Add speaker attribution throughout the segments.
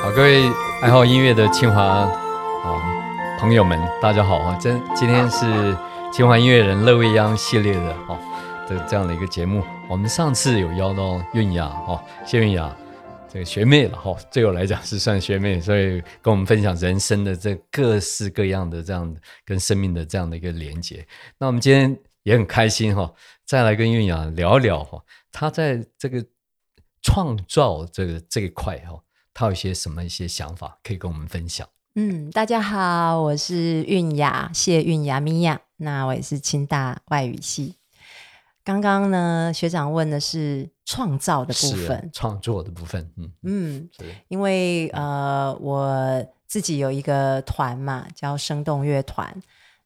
Speaker 1: 好，各位爱好音乐的清华啊朋友们，大家好啊！今今天是清华音乐人乐未央系列的哦的这样的一个节目。我们上次有邀到韵雅哦，谢韵雅这个学妹了哈、哦，对我来讲是算学妹，所以跟我们分享人生的这各式各样的这样跟生命的这样的一个连接。那我们今天也很开心哈、哦，再来跟韵雅聊一聊哈、哦，她在这个创造这个这一块哈。他有一些什么一些想法可以跟我们分享？
Speaker 2: 嗯，大家好，我是韵雅，谢韵雅米娅。那我也是清大外语系。刚刚呢，学长问的是创造的部分，
Speaker 1: 创作的部分。啊嗯
Speaker 2: 嗯，因为呃，我自己有一个团嘛，叫生动乐团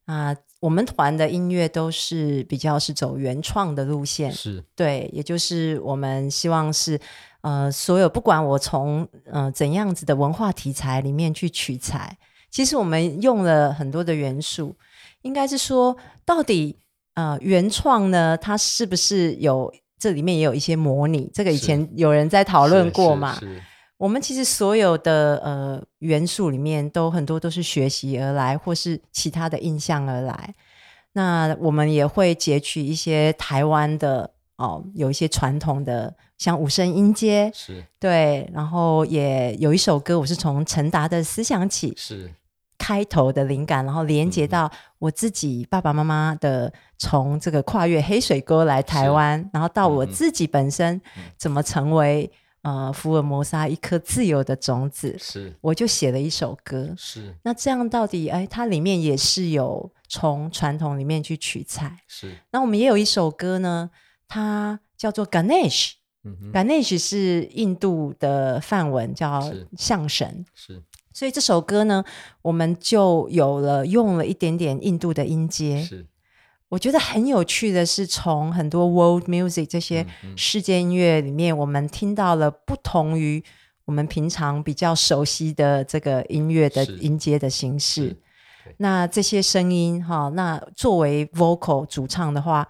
Speaker 2: 啊、呃。我们团的音乐都是比较是走原创的路线，
Speaker 1: 是
Speaker 2: 对，也就是我们希望是。呃，所有不管我从呃怎样子的文化题材里面去取材，其实我们用了很多的元素，应该是说到底呃原创呢，它是不是有这里面也有一些模拟？这个以前有人在讨论过嘛？我们其实所有的呃元素里面都很多都是学习而来，或是其他的印象而来。那我们也会截取一些台湾的。哦，有一些传统的，像五声音阶，
Speaker 1: 是
Speaker 2: 对，然后也有一首歌，我是从陈达的《思想起》
Speaker 1: 是
Speaker 2: 开头的灵感，然后连接到我自己爸爸妈妈的，从这个跨越黑水沟来台湾，然后到我自己本身怎么成为、嗯、呃福尔摩沙一颗自由的种子，
Speaker 1: 是
Speaker 2: 我就写了一首歌，
Speaker 1: 是
Speaker 2: 那这样到底哎，它里面也是有从传统里面去取材，
Speaker 1: 是
Speaker 2: 那我们也有一首歌呢。它叫做 Ganesh，Ganesh、嗯、Ganesh 是印度的梵文，叫象神。
Speaker 1: 是，
Speaker 2: 所以这首歌呢，我们就有了用了一点点印度的音阶。
Speaker 1: 是，
Speaker 2: 我觉得很有趣的是，从很多 World Music 这
Speaker 1: 嗯
Speaker 2: 些世界音乐里面，嗯嗯我们听到了不同于我们平常比较熟悉的这个音乐的音阶的形式。那这些声音哈、哦，那作为 vocal 主唱的话。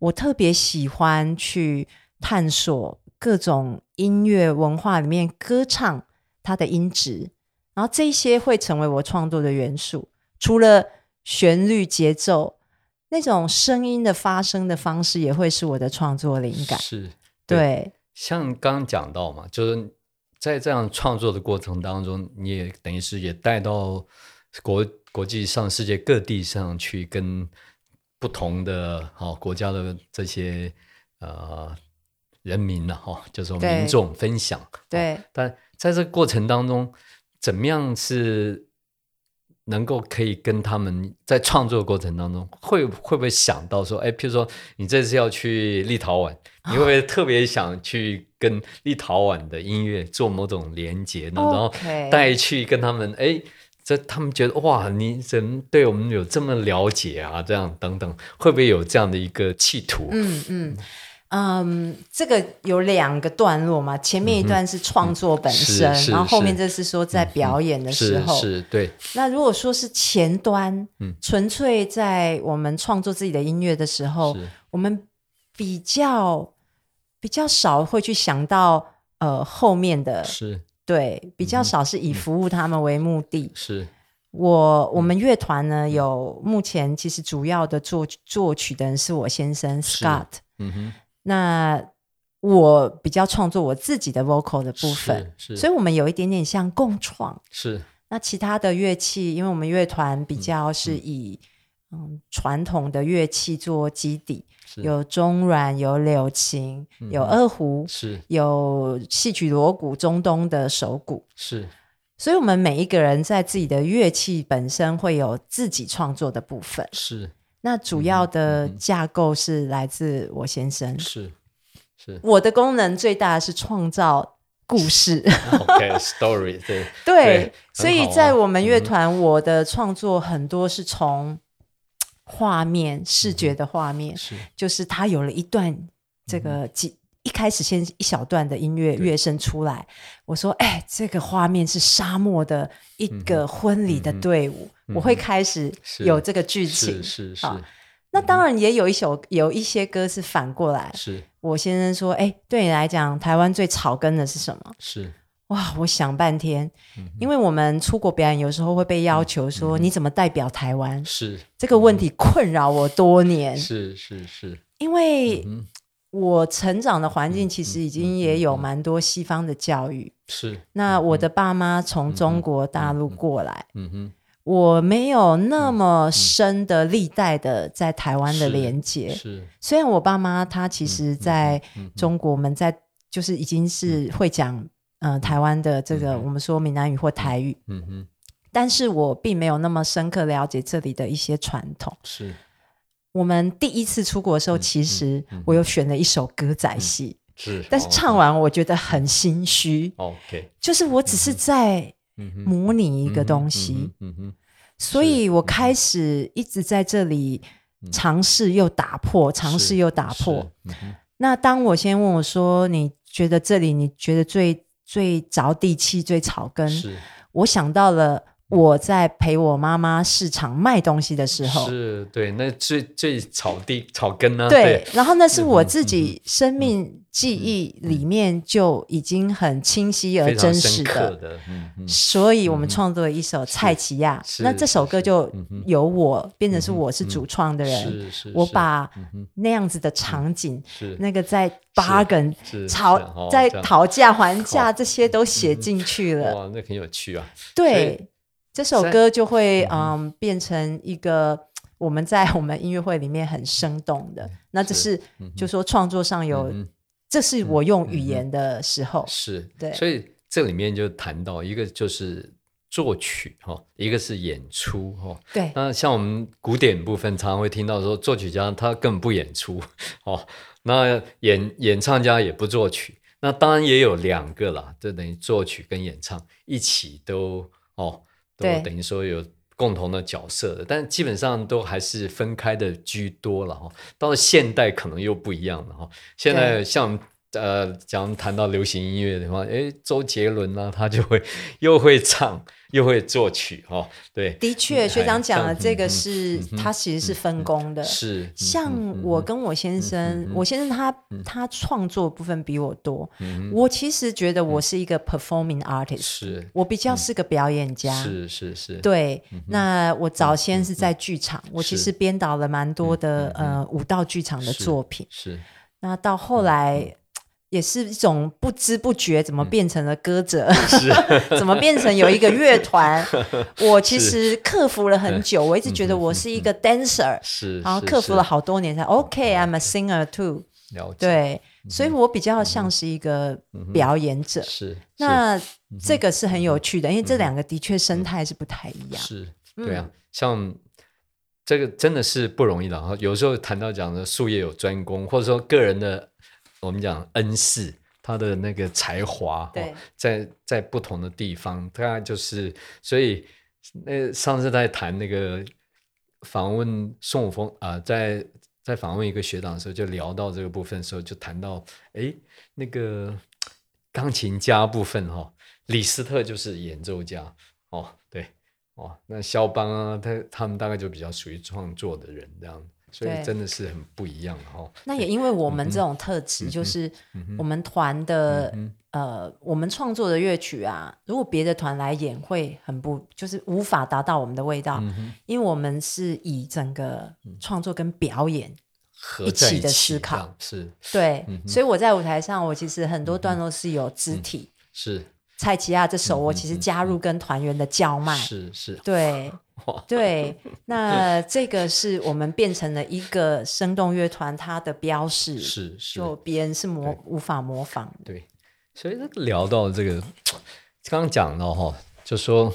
Speaker 2: 我特别喜欢去探索各种音乐文化里面歌唱它的音质，然后这些会成为我创作的元素。除了旋律、节奏，那种声音的发声的方式也会是我的创作灵感。
Speaker 1: 是
Speaker 2: 对，对
Speaker 1: 像刚刚讲到嘛，就是在这样创作的过程当中，你也等于是也带到国国际上、世界各地上去跟。不同的好、哦、国家的这些呃人民了、啊、哈、哦，就是民众分享。
Speaker 2: 对、哦，
Speaker 1: 但在这过程当中，怎么样是能够可以跟他们在创作过程当中，会会不会想到说，哎，譬如说你这次要去立陶宛，你会不会特别想去跟立陶宛的音乐做某种连接呢？然后
Speaker 2: 哦
Speaker 1: 带去跟他们哎。这他们觉得哇，你怎么对我们有这么了解啊？这样等等，会不会有这样的一个企图？
Speaker 2: 嗯嗯嗯，这个有两个段落嘛，前面一段是创作本身，
Speaker 1: 嗯、
Speaker 2: 然后后面这是说在表演的时候，
Speaker 1: 嗯、是对。
Speaker 2: 那如果说是前端，嗯，纯粹在我们创作自己的音乐的时候，我们比较比较少会去想到呃后面的
Speaker 1: 是。
Speaker 2: 对，比较少是以服务他们为目的。嗯、
Speaker 1: 是
Speaker 2: 我
Speaker 1: 嗯
Speaker 2: 我们乐团呢，有目前其实主要的作作曲的人是我先生 Scott。
Speaker 1: 嗯哼，
Speaker 2: 那我比较创作我自己的 vocal 的部分，
Speaker 1: 是，是
Speaker 2: 所以我们有一点点像共创。
Speaker 1: 是
Speaker 2: 那其他的乐器，因为我们乐团
Speaker 1: 嗯
Speaker 2: 比较是以嗯传、嗯、统的乐器做基底。有中阮，有柳琴，嗯、有二胡，
Speaker 1: 是
Speaker 2: 有戏曲锣鼓、中东的手鼓，
Speaker 1: 是。
Speaker 2: 所以，我们每一个人在自己的乐器本身会有自己创作的部分，
Speaker 1: 是。
Speaker 2: 那主
Speaker 1: 嗯
Speaker 2: 要的架构是来自我先生，
Speaker 1: 是是。
Speaker 2: 我的功能最大是创造故事
Speaker 1: ，OK，story，对
Speaker 2: 对。对啊所以在我们乐团，嗯、我的创作很多是从。画面视觉的画面，嗯、
Speaker 1: 是
Speaker 2: 就是他有了一段这个几、嗯、一开始先一小段的音乐乐声出来，我说哎、欸，这个画面是沙漠的一个婚礼的队伍，嗯嗯、我会开始有这个剧情，
Speaker 1: 是是。
Speaker 2: 那当然也有一首有一些歌是反过来，
Speaker 1: 是
Speaker 2: 我先生说，哎、欸，对你来讲，台湾最草根的是什么？
Speaker 1: 是
Speaker 2: 哇，我想半天，
Speaker 1: 嗯
Speaker 2: 因为我们出国表演有时候会被要求说你怎么代表台湾，
Speaker 1: 是
Speaker 2: 这个问题困扰我多年，
Speaker 1: 是是是，
Speaker 2: 因为
Speaker 1: 嗯，
Speaker 2: 我成长的环境其实已
Speaker 1: 嗯嗯嗯
Speaker 2: 经也有蛮多西方的教育。
Speaker 1: 是，
Speaker 2: 那我的爸妈从中国大陆过来，
Speaker 1: 嗯哼，
Speaker 2: 我没有那么深的历代的在台湾的
Speaker 1: 是
Speaker 2: 连接。
Speaker 1: 是嗯
Speaker 2: 虽然我爸妈他其实在中国，我们在就是已经
Speaker 1: 嗯
Speaker 2: 是会讲呃台湾的这个我们说闽南语或台语，
Speaker 1: 嗯哼，
Speaker 2: 但是我并没有那么深刻了解这里的一些传统。
Speaker 1: 是
Speaker 2: 我们第一次出国的时候，其实
Speaker 1: 嗯
Speaker 2: 我有选了一首歌仔戏，
Speaker 1: 是，
Speaker 2: 但是
Speaker 1: 哦
Speaker 2: 唱完我觉得很心虚，
Speaker 1: ，OK，
Speaker 2: 就是我只是在
Speaker 1: 嗯哼，
Speaker 2: 模拟一个东西，
Speaker 1: 嗯哼，嗯哼，
Speaker 2: 所以我开始一直在这里尝试又打破，尝试又打破。
Speaker 1: 是，嗯哼
Speaker 2: 那当我先问我说：“你觉得这里你觉得最最着地气、最草根
Speaker 1: 是？”
Speaker 2: 我想到了我在陪我妈妈市场卖东西的时候，
Speaker 1: 是，对，那最最草地草根呢、
Speaker 2: 对，然后那是我自
Speaker 1: 啊嗯
Speaker 2: 己生命记忆里面就已经很清晰
Speaker 1: 对，
Speaker 2: 而
Speaker 1: 非常
Speaker 2: 真实
Speaker 1: 深刻
Speaker 2: 的，
Speaker 1: 的，嗯嗯，
Speaker 2: 所以我们创作了一首《蔡奇亚》，
Speaker 1: 是
Speaker 2: 那这首歌就是
Speaker 1: 嗯哼
Speaker 2: 由我变成是我是主创的人，
Speaker 1: 嗯是是，
Speaker 2: 我
Speaker 1: 是
Speaker 2: 把
Speaker 1: 嗯哼
Speaker 2: 那样子的场景，
Speaker 1: 是
Speaker 2: 那个在 bargain
Speaker 1: 是是
Speaker 2: 吵
Speaker 1: 哦
Speaker 2: 在
Speaker 1: 这样嗯
Speaker 2: 讨价还
Speaker 1: 好
Speaker 2: 价这些都写进去了，
Speaker 1: 哇，那很有趣啊，
Speaker 2: 对，这首
Speaker 1: 所以
Speaker 2: 歌就会嗯变成一个。我们在我们音乐会里面很生动的，那这
Speaker 1: 嗯是
Speaker 2: 是就说创作上有
Speaker 1: 嗯哼嗯
Speaker 2: 这是我用语言的时候，
Speaker 1: 是，
Speaker 2: 对
Speaker 1: 所以这里面就谈到一个就是作曲哈、哦，一个是演出哈、哦。
Speaker 2: 对，
Speaker 1: 那像我们古典部分，常常会听到说，作曲家他根本不演出 哦，那演演唱家也不作曲。那当然也有两个啦，就等于作曲跟演唱一起都哦，都
Speaker 2: 对
Speaker 1: 等于说有共同的角色的，但基本上都还是分开的居多了哈、哦。到了现代可能又不一样了哈、哦。现在
Speaker 2: 对
Speaker 1: 像呃，讲谈到流行音乐的话，诶，周杰伦啊，他就会又会唱又会作曲哈、哦，对，
Speaker 2: 的确，学长讲
Speaker 1: 哎
Speaker 2: 了，
Speaker 1: 像
Speaker 2: 这个
Speaker 1: 嗯
Speaker 2: 是
Speaker 1: 嗯
Speaker 2: 它其实是分工的。
Speaker 1: 是嗯
Speaker 2: 像我跟我先生，我先生他他创作部分比我多，我其实觉得我是一个 performing artist，
Speaker 1: 嗯是嗯
Speaker 2: 我比较是个表演家。
Speaker 1: 是是是，
Speaker 2: 对，
Speaker 1: 嗯
Speaker 2: 那我早先是在剧场，我其
Speaker 1: 是嗯
Speaker 2: 实编导了蛮多的呃舞蹈剧场的
Speaker 1: 是嗯
Speaker 2: 作品。
Speaker 1: 是
Speaker 2: 那到后来。也是一种不知不觉，怎么变成了歌 者？ 怎么变成有一个乐团？我其实克服了很
Speaker 1: 嗯
Speaker 2: 久，我一直觉得我是一个 dancer，
Speaker 1: 是，
Speaker 2: 然后
Speaker 1: 是
Speaker 2: 克服
Speaker 1: 是嗯
Speaker 2: 了好多年才 OK，I'm a singer too。
Speaker 1: 了解，
Speaker 2: 对，所以我比较
Speaker 1: 嗯
Speaker 2: 像是一个表演者。
Speaker 1: 是嗯
Speaker 2: 那这个是很有趣的，因为这两个的确生态是不太一样。嗯
Speaker 1: 是，对啊，像这个真的是不容易的。然后有时候谈到讲的术业有专攻，或者说个人的我们讲恩师，他的那个才华，
Speaker 2: 对
Speaker 1: 哦在在不同的地方，大概就是所以那上次在谈那个访问宋峰啊、在。在访问一个学长的时候，就聊到这个部分的时候，就谈到，诶，那个钢琴家部分哈、哦，李斯特就是演奏家哦，对，哦，那肖邦啊，他他们大概就比较属于创作的人这样，所以
Speaker 2: 对
Speaker 1: 真的是很不一样哈、哦。
Speaker 2: 那也因为我们这种特
Speaker 1: 嗯
Speaker 2: 质，就是我们团的、呃，我们创作的乐曲啊，如果别的团来演，会很不就是无法达到我们的
Speaker 1: 嗯
Speaker 2: 味道，因为我们是以整个创作跟表演、
Speaker 1: 合
Speaker 2: 一
Speaker 1: 在
Speaker 2: 起的
Speaker 1: 起
Speaker 2: 思考
Speaker 1: 这样是
Speaker 2: 对，
Speaker 1: 嗯
Speaker 2: 所以我在舞台上，我其实很多段落是有肢体。
Speaker 1: 是
Speaker 2: 蔡奇亚这
Speaker 1: 嗯
Speaker 2: 首，我其实加入跟团员的叫卖，
Speaker 1: 是是，
Speaker 2: 对
Speaker 1: 哇
Speaker 2: 对，那这个是我们变成了一个生动乐团它的标识，
Speaker 1: 是是，
Speaker 2: 就别人是模无法模仿的。
Speaker 1: 对，所以聊到这个，刚刚讲到哈、就说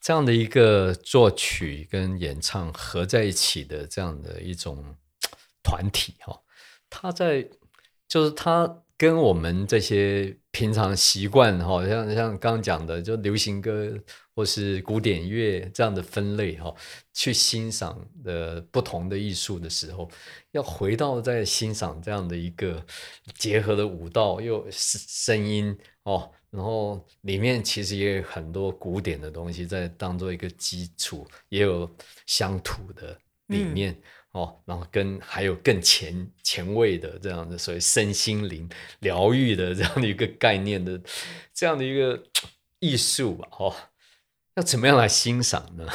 Speaker 1: 这样的一个作曲跟演唱合在一起的这样的一种团体哈、他在就是他跟我们这些平常习惯哈、像像刚刚讲的，就流行歌或是古典乐这样的分类哈、去欣赏的不同的艺术的时候，要回到在欣赏这样的一个结合了舞蹈又是声音哦，然后里面其实也有很多古典的东西在当做一个基础，也有乡土的理念、哦，然后跟还有更前前卫的这样的所谓身心灵哦疗愈的这样的一个概念的这样的一个艺术吧，哦，要怎么样来欣赏呢？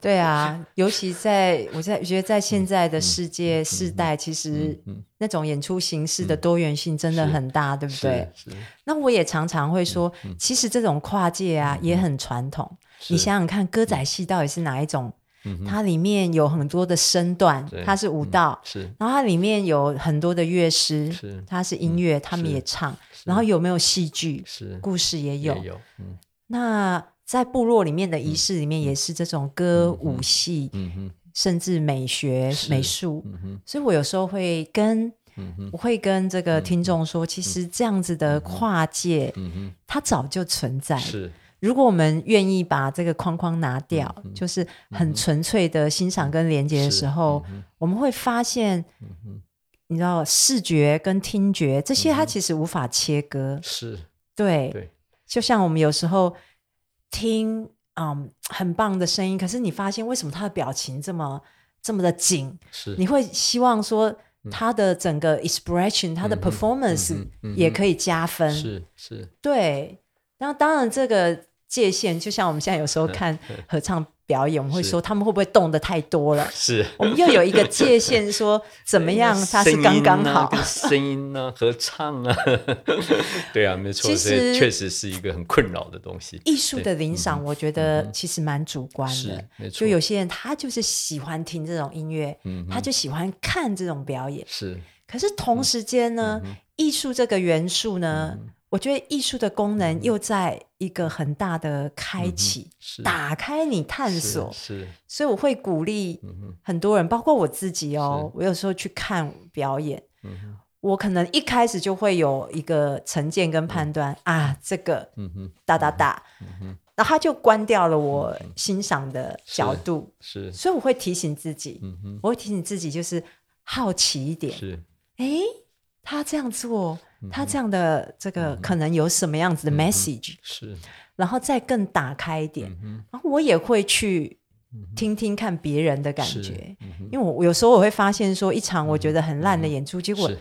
Speaker 2: 对啊， 尤其在我在觉得在现在的世界世代，其实
Speaker 1: 嗯嗯
Speaker 2: 那种演出形式的多元性真的
Speaker 1: 是
Speaker 2: 很大，对不对？
Speaker 1: 是，嗯
Speaker 2: 那我也常常会说，其实这种跨界啊也很传统。
Speaker 1: 是
Speaker 2: 你想想看，歌仔戏到底是哪一种？
Speaker 1: 嗯哼
Speaker 2: 它里面有很多的身段
Speaker 1: 对，嗯
Speaker 2: 它是舞蹈，
Speaker 1: 是
Speaker 2: 然后它里面有很多的乐师
Speaker 1: 是，
Speaker 2: 它是音乐，他们
Speaker 1: 是
Speaker 2: 也唱，然后有没有戏剧？
Speaker 1: 是
Speaker 2: 故事也
Speaker 1: 也
Speaker 2: 有。
Speaker 1: 有，嗯
Speaker 2: 那在部落里面的仪式里面，也是这种歌舞戏，
Speaker 1: 嗯哼
Speaker 2: 甚至美学、
Speaker 1: 是
Speaker 2: 美术。
Speaker 1: 嗯哼
Speaker 2: 所以我有时候会跟
Speaker 1: 嗯哼
Speaker 2: 我会跟这个听众说，其实这样子的跨界，
Speaker 1: 嗯
Speaker 2: 它早就存在
Speaker 1: 哼，。是嗯
Speaker 2: 如果我们愿意把这个框框拿掉，就是很纯粹的欣赏跟连接的时
Speaker 1: 嗯
Speaker 2: 候，我们会发现，你知道，视觉跟听觉这些，它其实无法切割。
Speaker 1: 嗯是，
Speaker 2: 对，
Speaker 1: 对，
Speaker 2: 就像我们有时候听嗯很棒的声音，可是你发现为什么他的表情这么这么的紧？
Speaker 1: 是
Speaker 2: 你会希望说他的整个 expression，、他的
Speaker 1: 嗯哼
Speaker 2: performance
Speaker 1: 嗯哼嗯哼
Speaker 2: 也可以加分。
Speaker 1: 是是
Speaker 2: 对，那当然这个界限，就像我们现在有时候看合唱表演，我们会
Speaker 1: 是
Speaker 2: 说他们会不会动得太多 了？
Speaker 1: 是。
Speaker 2: 我们又有一个界 限，说怎么样
Speaker 1: 啊
Speaker 2: 它是刚刚好。
Speaker 1: 声音呢、跟声音啊，合唱啊， 对啊，没错，
Speaker 2: 其
Speaker 1: 所以
Speaker 2: 实
Speaker 1: 确实是一个很困扰的东西。
Speaker 2: 艺术的领赏，我觉得其实蛮主观的
Speaker 1: 嗯是。没错
Speaker 2: 就有些人他就是喜欢听这种音乐，
Speaker 1: 嗯哼
Speaker 2: 他就喜欢看这种表演。
Speaker 1: 是
Speaker 2: 可是同时间呢，
Speaker 1: 嗯
Speaker 2: 艺术这个元素呢，我觉得艺术的功
Speaker 1: 嗯
Speaker 2: 能又在一个很大的开启，
Speaker 1: 是
Speaker 2: 打开你探
Speaker 1: 是
Speaker 2: 索。
Speaker 1: 是嗯
Speaker 2: 所以我会鼓励
Speaker 1: 哼
Speaker 2: 很多人，包括我自己哦，我有时候去看表演，
Speaker 1: 嗯
Speaker 2: 我可能一开始就会有一个成见跟判断、啊，这个
Speaker 1: 嗯哼嗯
Speaker 2: 哒哒哒，然后他就关掉了我欣赏的角度，
Speaker 1: 是
Speaker 2: 所以我会提醒自己，
Speaker 1: 嗯哼
Speaker 2: 我会提醒自己就是好奇一点，
Speaker 1: 是嗯
Speaker 2: 诶，他这样做，他这样的这个可能有什么样子的 message，
Speaker 1: 是
Speaker 2: 然后再更打开一点，
Speaker 1: 嗯
Speaker 2: 然后我也会去听听看别人的感
Speaker 1: 是嗯
Speaker 2: 觉，因为我我有时候我会发现说一场我觉得很烂的演出，结
Speaker 1: 哼
Speaker 2: 果
Speaker 1: 是嗯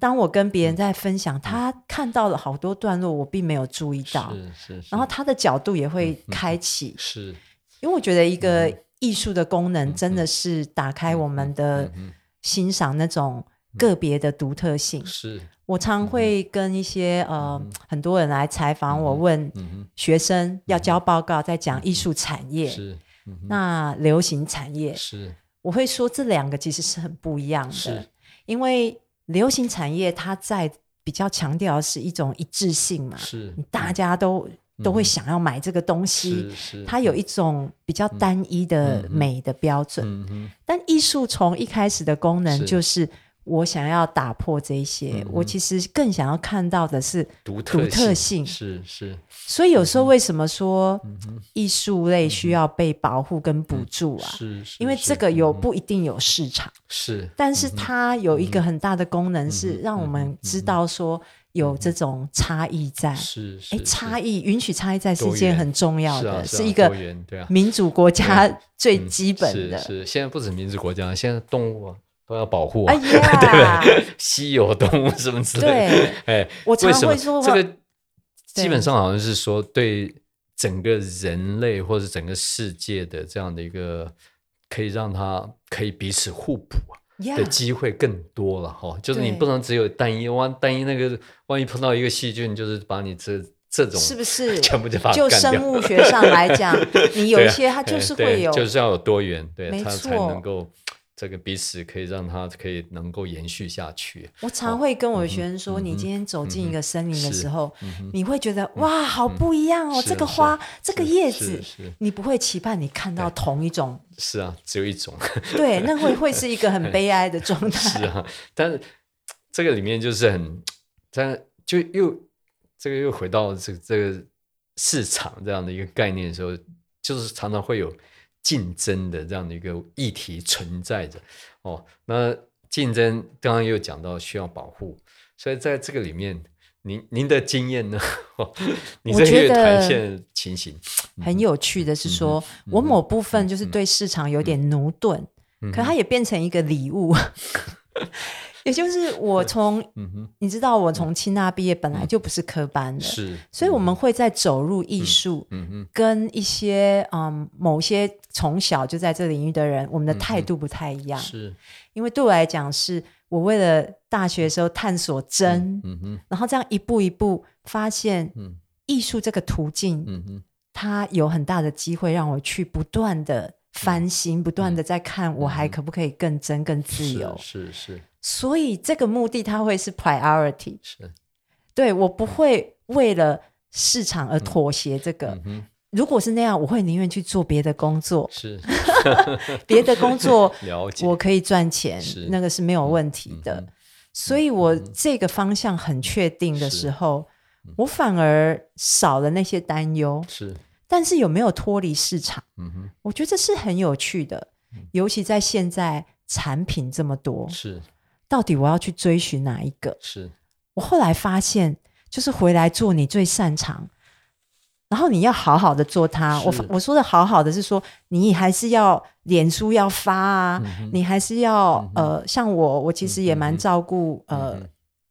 Speaker 2: 当我跟别人在分享，他看到了好多段落，我并没有注意到。
Speaker 1: 是嗯是是，
Speaker 2: 然后他的角度也会开启，
Speaker 1: 是
Speaker 2: 因为我觉得一
Speaker 1: 嗯
Speaker 2: 个艺术的功能真的是打开我们的
Speaker 1: 嗯
Speaker 2: 欣赏那种个别的独特性。
Speaker 1: 是
Speaker 2: 我
Speaker 1: 嗯
Speaker 2: 常会跟一些呃很多人来采访，我问
Speaker 1: 嗯
Speaker 2: 学生要交报告，在讲艺术产
Speaker 1: 哼
Speaker 2: 业，
Speaker 1: 是嗯
Speaker 2: 那流行产业，
Speaker 1: 是
Speaker 2: 我会说这两个其实是很不一样的
Speaker 1: 是，
Speaker 2: 因为流行产业它在比较强调的是一种一致性嘛，
Speaker 1: 是
Speaker 2: 啊
Speaker 1: 嗯
Speaker 2: 你大家都都会想要买这个东西
Speaker 1: 是，嗯是，
Speaker 2: 它有一种比较单一的美的标准，
Speaker 1: 嗯哼
Speaker 2: 但艺术从一开始的功能
Speaker 1: 是嗯
Speaker 2: 就是我想要打破这一些，我其实更想要看到的是，
Speaker 1: 独
Speaker 2: 独特
Speaker 1: 性
Speaker 2: 性
Speaker 1: 是是
Speaker 2: 所以有
Speaker 1: 嗯
Speaker 2: 时候为什么说艺术类需要被保护跟补助啊？
Speaker 1: 嗯是，是
Speaker 2: 因为
Speaker 1: 是嗯
Speaker 2: 这个有不一定有市场，
Speaker 1: 是
Speaker 2: 但是它有一个
Speaker 1: 嗯
Speaker 2: 很大的功能是让我们知道说有这种差异在。
Speaker 1: 嗯是是
Speaker 2: 哎，
Speaker 1: 是
Speaker 2: 差异允许差异在是一
Speaker 1: 多
Speaker 2: 件
Speaker 1: 元
Speaker 2: 很重要
Speaker 1: 是啊
Speaker 2: 的，
Speaker 1: 是
Speaker 2: 是
Speaker 1: 啊
Speaker 2: 一个
Speaker 1: 多元对啊嗯
Speaker 2: 民主国家最基本
Speaker 1: 是
Speaker 2: 的。
Speaker 1: 是，现在不止民族国家，现在动物啊都要保护啊
Speaker 2: 哎，呀，
Speaker 1: 稀有动物什么之类的。
Speaker 2: 对，
Speaker 1: 哎，
Speaker 2: 我常
Speaker 1: 为什么
Speaker 2: 会说
Speaker 1: 这
Speaker 2: 话
Speaker 1: 个基本上好像是说对整个人类或者整个世界的这样的一个，可以让它可以彼此互补啊。
Speaker 2: 呀
Speaker 1: 的机会更多了哈、就是你
Speaker 2: 对
Speaker 1: 不能只有单一，万单一那个，万一碰到一个细菌，就是把你这这种
Speaker 2: 是不是
Speaker 1: 全 部就把它
Speaker 2: 就
Speaker 1: 干掉
Speaker 2: 生物学上来讲，你 有
Speaker 1: 对
Speaker 2: 一
Speaker 1: 啊
Speaker 2: 些它就是
Speaker 1: 哎对
Speaker 2: 会有，
Speaker 1: 就是要有多元，对，
Speaker 2: 没
Speaker 1: 它才
Speaker 2: 错
Speaker 1: 能够这个彼此可以让它可以能够延续下去。
Speaker 2: 我常会跟
Speaker 1: 嗯
Speaker 2: 我的学生说，你今天走进一个森林的
Speaker 1: 是嗯
Speaker 2: 时候，你会觉得哇，好不一样哦，
Speaker 1: 是
Speaker 2: 这个
Speaker 1: 是
Speaker 2: 花，这个
Speaker 1: 是
Speaker 2: 叶
Speaker 1: 是
Speaker 2: 子
Speaker 1: 是，
Speaker 2: 你不会期盼你看到同一种，
Speaker 1: 是啊，只有一种，
Speaker 2: 对，那会会是一个很悲哀的 状
Speaker 1: 是
Speaker 2: 态。
Speaker 1: 啊，但是这个里面就是很，但就又这个又回到这个这个市场这样的一个概念的时候，就是常常会有竞争的这样的一个议题存在着。哦，那竞争刚刚又讲到需要保护，所以在这个里面。您您的经验呢？ 哦你
Speaker 2: 我
Speaker 1: 在
Speaker 2: 觉
Speaker 1: 乐
Speaker 2: 得
Speaker 1: 坛现在情形嗯嗯
Speaker 2: 很有趣的是说，我某部分就是对市场有点奴钝，可它也变成一个礼物。 也就是我从，
Speaker 1: 嗯
Speaker 2: 你知道，我从清大毕业本来就不是科班的，
Speaker 1: 是，
Speaker 2: 所以我们会在走入艺术，
Speaker 1: 嗯哼，
Speaker 2: 跟一些嗯某些从小就在这领域的人，我们的态度不太一
Speaker 1: 嗯
Speaker 2: 样。
Speaker 1: 是，
Speaker 2: 因为对我来讲，是我为了大学的时候探索真，
Speaker 1: 嗯哼，
Speaker 2: 然后这样一步一步发现
Speaker 1: 嗯
Speaker 2: 艺术这个途径，
Speaker 1: 嗯哼，
Speaker 2: 它有很大的机会让我去不断的翻
Speaker 1: 嗯
Speaker 2: 新，不断的在看我还可不可以更真、更自
Speaker 1: 是
Speaker 2: 由。
Speaker 1: 是是
Speaker 2: 所以这个目的它会是 priority，
Speaker 1: 是，
Speaker 2: 对我不会为了市场而妥协。这个、
Speaker 1: 嗯哼，
Speaker 2: 如果是那样，我会宁愿去做别的 工作，
Speaker 1: 是
Speaker 2: 别的工作
Speaker 1: 了 解，
Speaker 2: 我可以赚钱
Speaker 1: 是，
Speaker 2: 那个是没有问题的。
Speaker 1: 嗯哼嗯
Speaker 2: 所以我这个方向很确定的时候，我反而少了那些担忧。
Speaker 1: 是，
Speaker 2: 但是有没有脱离市场？
Speaker 1: 嗯哼，
Speaker 2: 我觉得这是很有趣的，
Speaker 1: 嗯
Speaker 2: 尤其在现在产品这么多，
Speaker 1: 是
Speaker 2: 到底我要去追寻哪一个？
Speaker 1: 是
Speaker 2: 我后来发现，就是回来做你最擅长，然后你要好好的做它。
Speaker 1: 是
Speaker 2: 我我说的好好的是说，你还是要脸书要发
Speaker 1: 嗯
Speaker 2: 啊，你还是要、呃，像我，我其实也蛮照顾、
Speaker 1: 嗯
Speaker 2: 呃、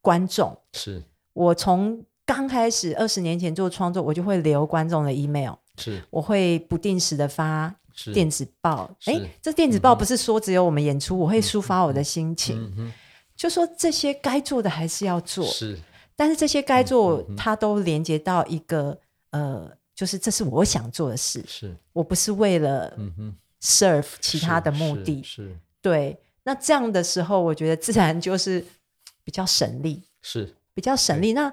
Speaker 2: 观众。
Speaker 1: 是
Speaker 2: 我从刚开始二十年前做创作，我就会留观众的 email，
Speaker 1: 是
Speaker 2: 我会不定时的发
Speaker 1: 是
Speaker 2: 电子报。
Speaker 1: 是
Speaker 2: 哎，这电子报不是说只有我们演出，我会抒发我的心情，
Speaker 1: 嗯哼，
Speaker 2: 就说这些该做的还是要做，
Speaker 1: 是
Speaker 2: 但是这些该
Speaker 1: 嗯
Speaker 2: 做它都连接到一个呃，就是这是我想做的事，
Speaker 1: 是，
Speaker 2: 我不是为了
Speaker 1: 嗯哼，
Speaker 2: serve 其
Speaker 1: 是
Speaker 2: 他的目
Speaker 1: 是
Speaker 2: 的。
Speaker 1: 是
Speaker 2: 对，那这样的时候，我觉得自然就是比较省力，
Speaker 1: 是
Speaker 2: 比较省力。那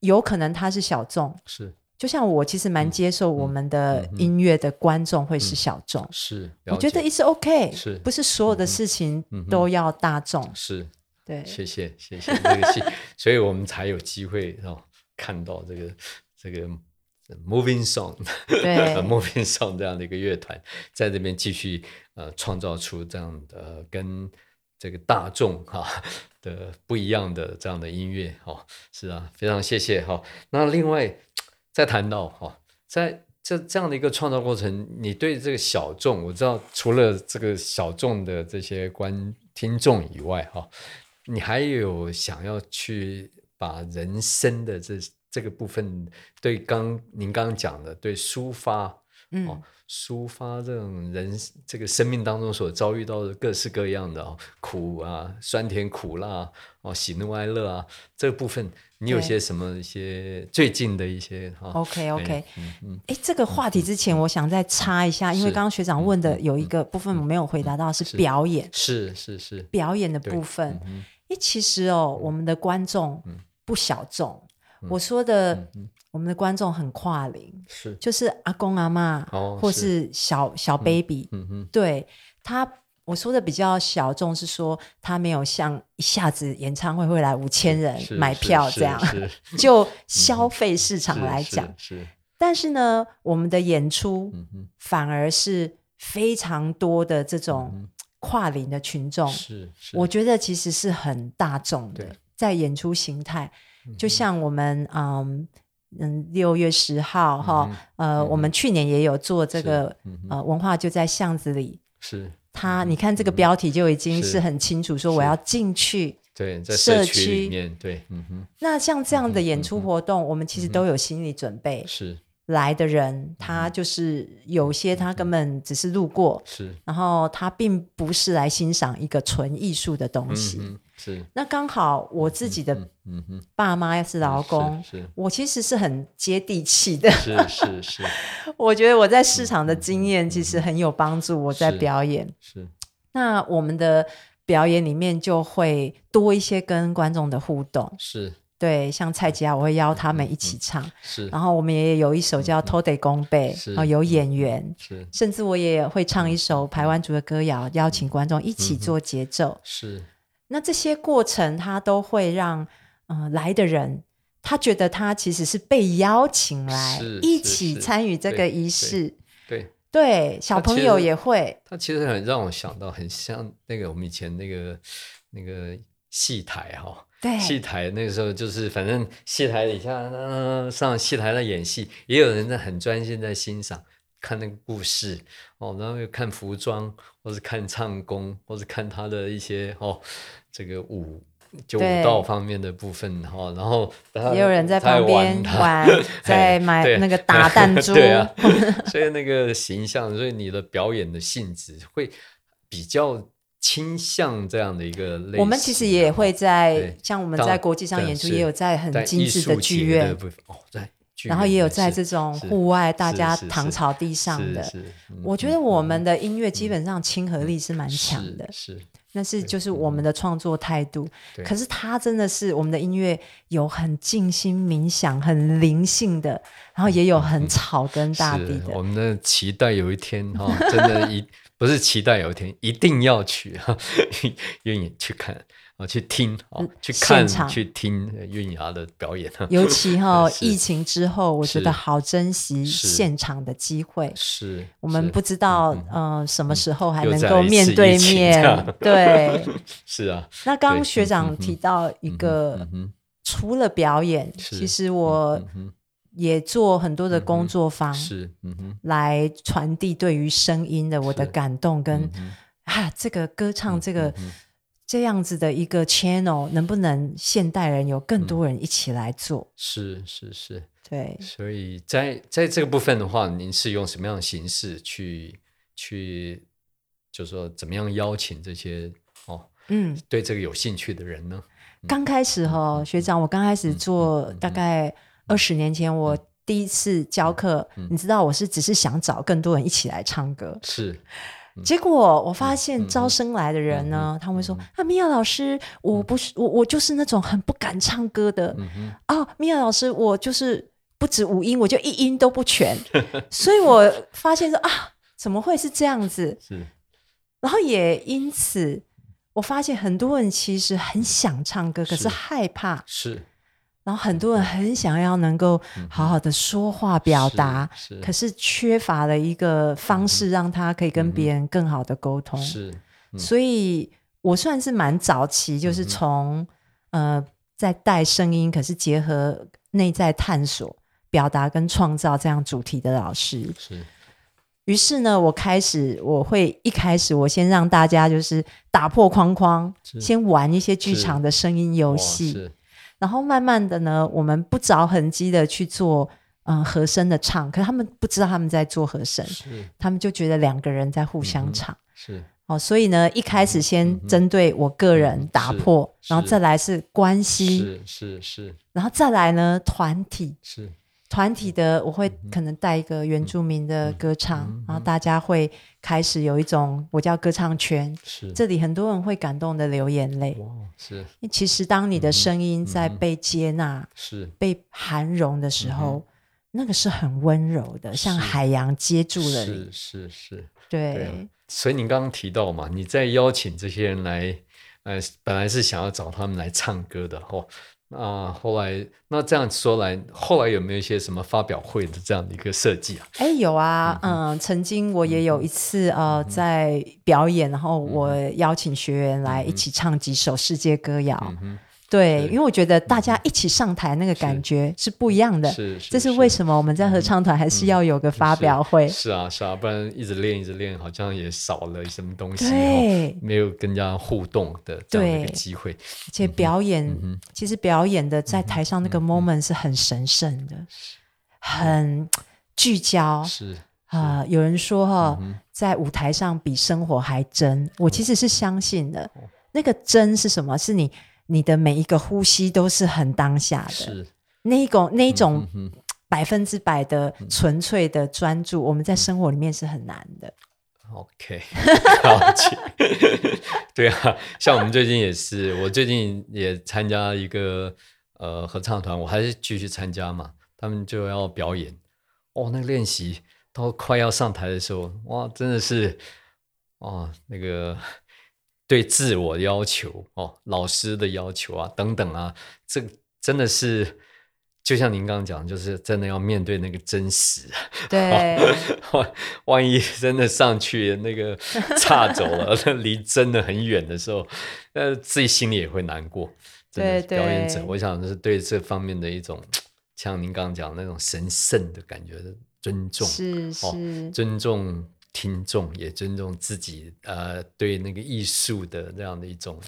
Speaker 2: 有可能它是小众，
Speaker 1: 是
Speaker 2: 就像我其实
Speaker 1: 嗯
Speaker 2: 蛮接受我们的音乐的观众会是小众，
Speaker 1: 是，嗯
Speaker 2: 我
Speaker 1: 了
Speaker 2: 觉得
Speaker 1: 解
Speaker 2: it's OK，
Speaker 1: 是嗯
Speaker 2: 不是所有的事情都要大众？
Speaker 1: 是
Speaker 2: 对，
Speaker 1: 谢谢谢 谢这个戏，所以我们才有机会哦看到这个这个嗯 Moving Song，
Speaker 2: 对
Speaker 1: Moving Song 这样的一个乐团， 在这边继续呃创造出这样的、呃跟这个大众哈、 的不一样的这样的音乐哦，是啊，非常谢谢哈、那另外再谈到哈、在这这样的一个创造过程，你对这个小众，我知道除了这个小众的这些观听众以外，哈、你还有想要去把人生的这这个部分，对刚您刚刚讲的，对抒发，
Speaker 2: 嗯
Speaker 1: 哦，抒发这种人这个生命当中所遭遇到的各式各样的哦苦啊、酸甜苦辣啊哦、喜怒哀乐啊，这部分你有
Speaker 2: 对
Speaker 1: 些什么一些最近的一些哈、
Speaker 2: OK OK，
Speaker 1: 哎
Speaker 2: 哎、这个话题之前我想再插一下，因为
Speaker 1: 是嗯
Speaker 2: 刚刚学长问的有一个部分我没有回答到，是表演
Speaker 1: 是是是，
Speaker 2: 表演的部
Speaker 1: 嗯
Speaker 2: 分。哎、其实哦，我们的观众不小众，
Speaker 1: 嗯
Speaker 2: 我说的、我们的观众很跨龄，
Speaker 1: 是
Speaker 2: 就是阿公阿妈，
Speaker 1: 哦
Speaker 2: 或是小小 baby，、
Speaker 1: 嗯哼，
Speaker 2: 对他。我说的比较小众是说，他没有像一下子演唱会会来五千人
Speaker 1: 是
Speaker 2: 呃买
Speaker 1: 是
Speaker 2: 票
Speaker 1: 是
Speaker 2: 这样，
Speaker 1: 是嗯
Speaker 2: 就消费市场
Speaker 1: 是
Speaker 2: 来
Speaker 1: 是
Speaker 2: 讲，
Speaker 1: 是，
Speaker 2: 但是呢，我们的演出
Speaker 1: 嗯哼，
Speaker 2: 反而是非常多的这种跨龄的群众，
Speaker 1: 嗯是是，
Speaker 2: 我觉得其实是很大众的
Speaker 1: 对，嗯
Speaker 2: 在演出形态，就像我们嗯。嗯，六月十
Speaker 1: 嗯
Speaker 2: 号哈，呃，我们去年也有做这个呃文化就在巷子
Speaker 1: 嗯
Speaker 2: 里，
Speaker 1: 是
Speaker 2: 它你看这个标题就已经
Speaker 1: 嗯是
Speaker 2: 是很清楚，说我要进去，
Speaker 1: 对，在
Speaker 2: 社
Speaker 1: 社区里
Speaker 2: 区
Speaker 1: 面，对，嗯哼，嗯
Speaker 2: 那像这样的演出活动，我们其实都有心理准备。
Speaker 1: 是嗯
Speaker 2: 来的人，他就是有些他根本只是路过，
Speaker 1: 是，
Speaker 2: 然后他并不是来欣赏一个纯艺术的东
Speaker 1: 嗯
Speaker 2: 西。
Speaker 1: 哼，是，
Speaker 2: 那刚好我自己的
Speaker 1: 嗯哼，
Speaker 2: 爸妈是劳工，
Speaker 1: 是
Speaker 2: 我其实是很接地气的。
Speaker 1: 是是是
Speaker 2: 我觉得我在市场的经验其实很有帮助。我在
Speaker 1: 是
Speaker 2: 表演，
Speaker 1: 是
Speaker 2: 那我们的表演里面就会多一些跟观众的互动。
Speaker 1: 是
Speaker 2: 对，像蔡吉亚，我会邀他们一起
Speaker 1: 嗯
Speaker 2: 唱。
Speaker 1: 是嗯
Speaker 2: 然后我们也有一首叫《偷得公背》，
Speaker 1: 是嗯
Speaker 2: 然后有演员，
Speaker 1: 是
Speaker 2: 甚至我也会唱一首排湾族的歌谣，邀请观众一
Speaker 1: 嗯
Speaker 2: 起做节奏。
Speaker 1: 是
Speaker 2: 那这些过程，它都会让呃来的人，他觉得他其实是被邀请来
Speaker 1: 是
Speaker 2: 一
Speaker 1: 是
Speaker 2: 起
Speaker 1: 是
Speaker 2: 参与这
Speaker 1: 对
Speaker 2: 个仪式。
Speaker 1: 对。
Speaker 2: 对，小
Speaker 1: 那其
Speaker 2: 朋友
Speaker 1: 实
Speaker 2: 也会，
Speaker 1: 它其实很让我想到，很像那个我们以前那个那个戏台哈、
Speaker 2: 对，
Speaker 1: 戏台那个时候就是，反正戏台底下、呃、上戏台在演戏，也有人在很专心在欣赏，看那个故事哦，然后又看服装，或是看唱功，或是看他的一些哦，这个舞就
Speaker 2: 对
Speaker 1: 舞蹈方面的部分哈、哦，然后他
Speaker 2: 也有人在旁边
Speaker 1: 他 哎
Speaker 2: 玩，在买
Speaker 1: 对
Speaker 2: 那个打弹珠，
Speaker 1: 对啊，所以那个形象，所以你的表演的性质会比较倾向这样的一个类型。
Speaker 2: 我们其实也会在
Speaker 1: 对
Speaker 2: 像我们
Speaker 1: 当
Speaker 2: 在国际上
Speaker 1: 对
Speaker 2: 演出，
Speaker 1: 是
Speaker 2: 也有在很
Speaker 1: 在
Speaker 2: 精
Speaker 1: 艺
Speaker 2: 致
Speaker 1: 术
Speaker 2: 的剧
Speaker 1: 节
Speaker 2: 院，
Speaker 1: 部分哦，在剧院
Speaker 2: 然后也有
Speaker 1: 也是
Speaker 2: 在这种
Speaker 1: 是
Speaker 2: 户外大
Speaker 1: 是
Speaker 2: 家
Speaker 1: 是
Speaker 2: 躺
Speaker 1: 是
Speaker 2: 草地上
Speaker 1: 是
Speaker 2: 的。
Speaker 1: 是嗯
Speaker 2: 我觉得我们的音乐基本上亲和力是蛮强的，
Speaker 1: 是是
Speaker 2: 那是就是我们的创作态度。
Speaker 1: 嗯对
Speaker 2: 可是它真的是我们的音乐有很静心冥想、很灵性的，然后也有很草根大地
Speaker 1: 嗯是
Speaker 2: 的。
Speaker 1: 我们的期待有一天哈、真的一不是期待有一天一定要去哈，愿意去看啊，去听啊，去看
Speaker 2: 嗯现场
Speaker 1: 去听呃韵雅的表演啊，
Speaker 2: 尤其 哈、
Speaker 1: 是
Speaker 2: 疫情之后，我觉
Speaker 1: 是
Speaker 2: 得好珍惜
Speaker 1: 是
Speaker 2: 现场的机会。
Speaker 1: 是
Speaker 2: 我们
Speaker 1: 是嗯
Speaker 2: 不知道，呃，什么时候还
Speaker 1: 又
Speaker 2: 能
Speaker 1: 再
Speaker 2: 够
Speaker 1: 来一
Speaker 2: 面
Speaker 1: 次
Speaker 2: 对
Speaker 1: 疫情这
Speaker 2: 面
Speaker 1: 样？
Speaker 2: 对。
Speaker 1: 是啊，
Speaker 2: 那刚刚
Speaker 1: 对嗯
Speaker 2: 学
Speaker 1: 嗯
Speaker 2: 长
Speaker 1: 嗯
Speaker 2: 提到一个
Speaker 1: 嗯，哼
Speaker 2: 除了表演，
Speaker 1: 是
Speaker 2: 其实我
Speaker 1: 嗯哼，嗯
Speaker 2: 也做很多的工作坊，
Speaker 1: 是，嗯哼，
Speaker 2: 来传递对于声音的我的
Speaker 1: 是
Speaker 2: 感动跟
Speaker 1: 嗯哼
Speaker 2: 啊，这个歌唱这个这样子的一个 channel，能不能现代人有更多人一起来做？
Speaker 1: 是是是，
Speaker 2: 对，
Speaker 1: 所以在在这个部分的话，您是用什么样的形式去去，就说怎么样邀请这些哦
Speaker 2: 嗯，
Speaker 1: 对这个有兴趣的人呢？
Speaker 2: 刚开始
Speaker 1: 嗯
Speaker 2: 哈，学长，我刚开始做大概二十年前，我
Speaker 1: 嗯
Speaker 2: 第一次教课，你知道我是只是想找更多人一起来唱歌，
Speaker 1: 是
Speaker 2: 结果我发
Speaker 1: 嗯
Speaker 2: 现招生来的人呢，他们会说：“啊，米娅老师，
Speaker 1: 嗯
Speaker 2: 我不是我，我就是那种很不敢唱歌的。哦，米娅老师，我就是不止五音，我就一音都不全。所以我发现说啊，怎么会是这样子？
Speaker 1: 是
Speaker 2: 然后也因此，我发现很多人其实很想唱歌，可是
Speaker 1: 是
Speaker 2: 害怕。
Speaker 1: 是
Speaker 2: 然后很多人很想要能够好好的说话表达，
Speaker 1: 是
Speaker 2: 可是缺乏了一个方式让他可以跟别人更好的沟通。
Speaker 1: 是
Speaker 2: 所以我算是蛮早期，
Speaker 1: 嗯
Speaker 2: 就是从、呃在带声音，可是结合内在探索、表达跟创造这样主题的老师。
Speaker 1: 是
Speaker 2: 于是呢，我开始我会一开始我先让大家就是打破框框，
Speaker 1: 是
Speaker 2: 先玩一些剧
Speaker 1: 是
Speaker 2: 场的声音游戏，
Speaker 1: 是
Speaker 2: 然后慢慢的呢，我们不着痕迹的去做。嗯，和声的唱，可是他们不知道他们在做和声，
Speaker 1: 是
Speaker 2: 他们就觉得两个人在互
Speaker 1: 嗯
Speaker 2: 相
Speaker 1: 哼
Speaker 2: 唱。
Speaker 1: 是
Speaker 2: 哦，所以呢，一开
Speaker 1: 嗯
Speaker 2: 始先针对我个人打破，
Speaker 1: 是
Speaker 2: 然后再来是关系，
Speaker 1: 是是是
Speaker 2: 然后再来呢团体，
Speaker 1: 是
Speaker 2: 团体
Speaker 1: 嗯
Speaker 2: 的我会可能带一个原住民的歌唱，然后大家会开始有一种我叫歌唱圈，
Speaker 1: 是
Speaker 2: 这里很多人会感动的流眼泪。
Speaker 1: 哇是
Speaker 2: 因为其实当
Speaker 1: 嗯
Speaker 2: 你的声音在被接纳、
Speaker 1: 是
Speaker 2: 被涵容的时候，那个是很温柔的，像
Speaker 1: 嗯是
Speaker 2: 海洋接住了你。
Speaker 1: 是是是对啊
Speaker 2: 对，
Speaker 1: 所以你刚刚提到嘛，你在邀请这些人来，呃，本来是想要找他们来唱歌的哦。那后来，那这样说来，后来有没有一些什么发表会的这样的一个设计啊？
Speaker 2: 哎，有啊，嗯，曾经我也有一次呃，在表演，然后我邀请学员来一起唱几首世界歌谣
Speaker 1: 嗯，哼，
Speaker 2: 对，
Speaker 1: 是
Speaker 2: 因为我觉得大家一起上台那个感觉是不一样的，
Speaker 1: 是，嗯
Speaker 2: 这是为什么我们在合唱团还是要有个发表会
Speaker 1: 是？是啊，是啊，不然一直练一直练，好像也少了什么东西哦，
Speaker 2: 对，
Speaker 1: 没有跟人家互动的这样的一个
Speaker 2: 对
Speaker 1: 机会。
Speaker 2: 而且表
Speaker 1: 嗯
Speaker 2: 演其实表演的在台上那个 moment 是很神圣的，很聚焦，
Speaker 1: 是嗯
Speaker 2: 啊、有人说哈、在舞台上比生活还真，我其实是相信的。
Speaker 1: 哦
Speaker 2: 那个真是什么？是你你的每一个呼吸都是很当下的，
Speaker 1: 是，
Speaker 2: 那一种那一种
Speaker 1: 嗯哼，
Speaker 2: 百分之百的纯粹的专
Speaker 1: 嗯
Speaker 2: 注，我们在生活里面是很难的。
Speaker 1: OK，了 解。 对啊，像我们最近也是，我最近也参加一个呃合唱团，我还是继续参加嘛。他们就要表演，哦，那个练习到快要上台的时候，哇，真的是，哦，那个对自我要求哦，老师的要求啊，等等啊，这个真的是。就像您刚刚讲，就是真的要面对那个真实，
Speaker 2: 对，
Speaker 1: 万万一 真的上去那 个岔走了，那离真的很远的时候，呃，自己心里也会难过。真的
Speaker 2: 对
Speaker 1: 表演者，
Speaker 2: 对
Speaker 1: 我想是对这方面的一种像您刚刚讲的那种神圣的感觉的尊重，
Speaker 2: 是是、
Speaker 1: 尊重听众，也尊重自己，呃，对那个艺术的这样的一种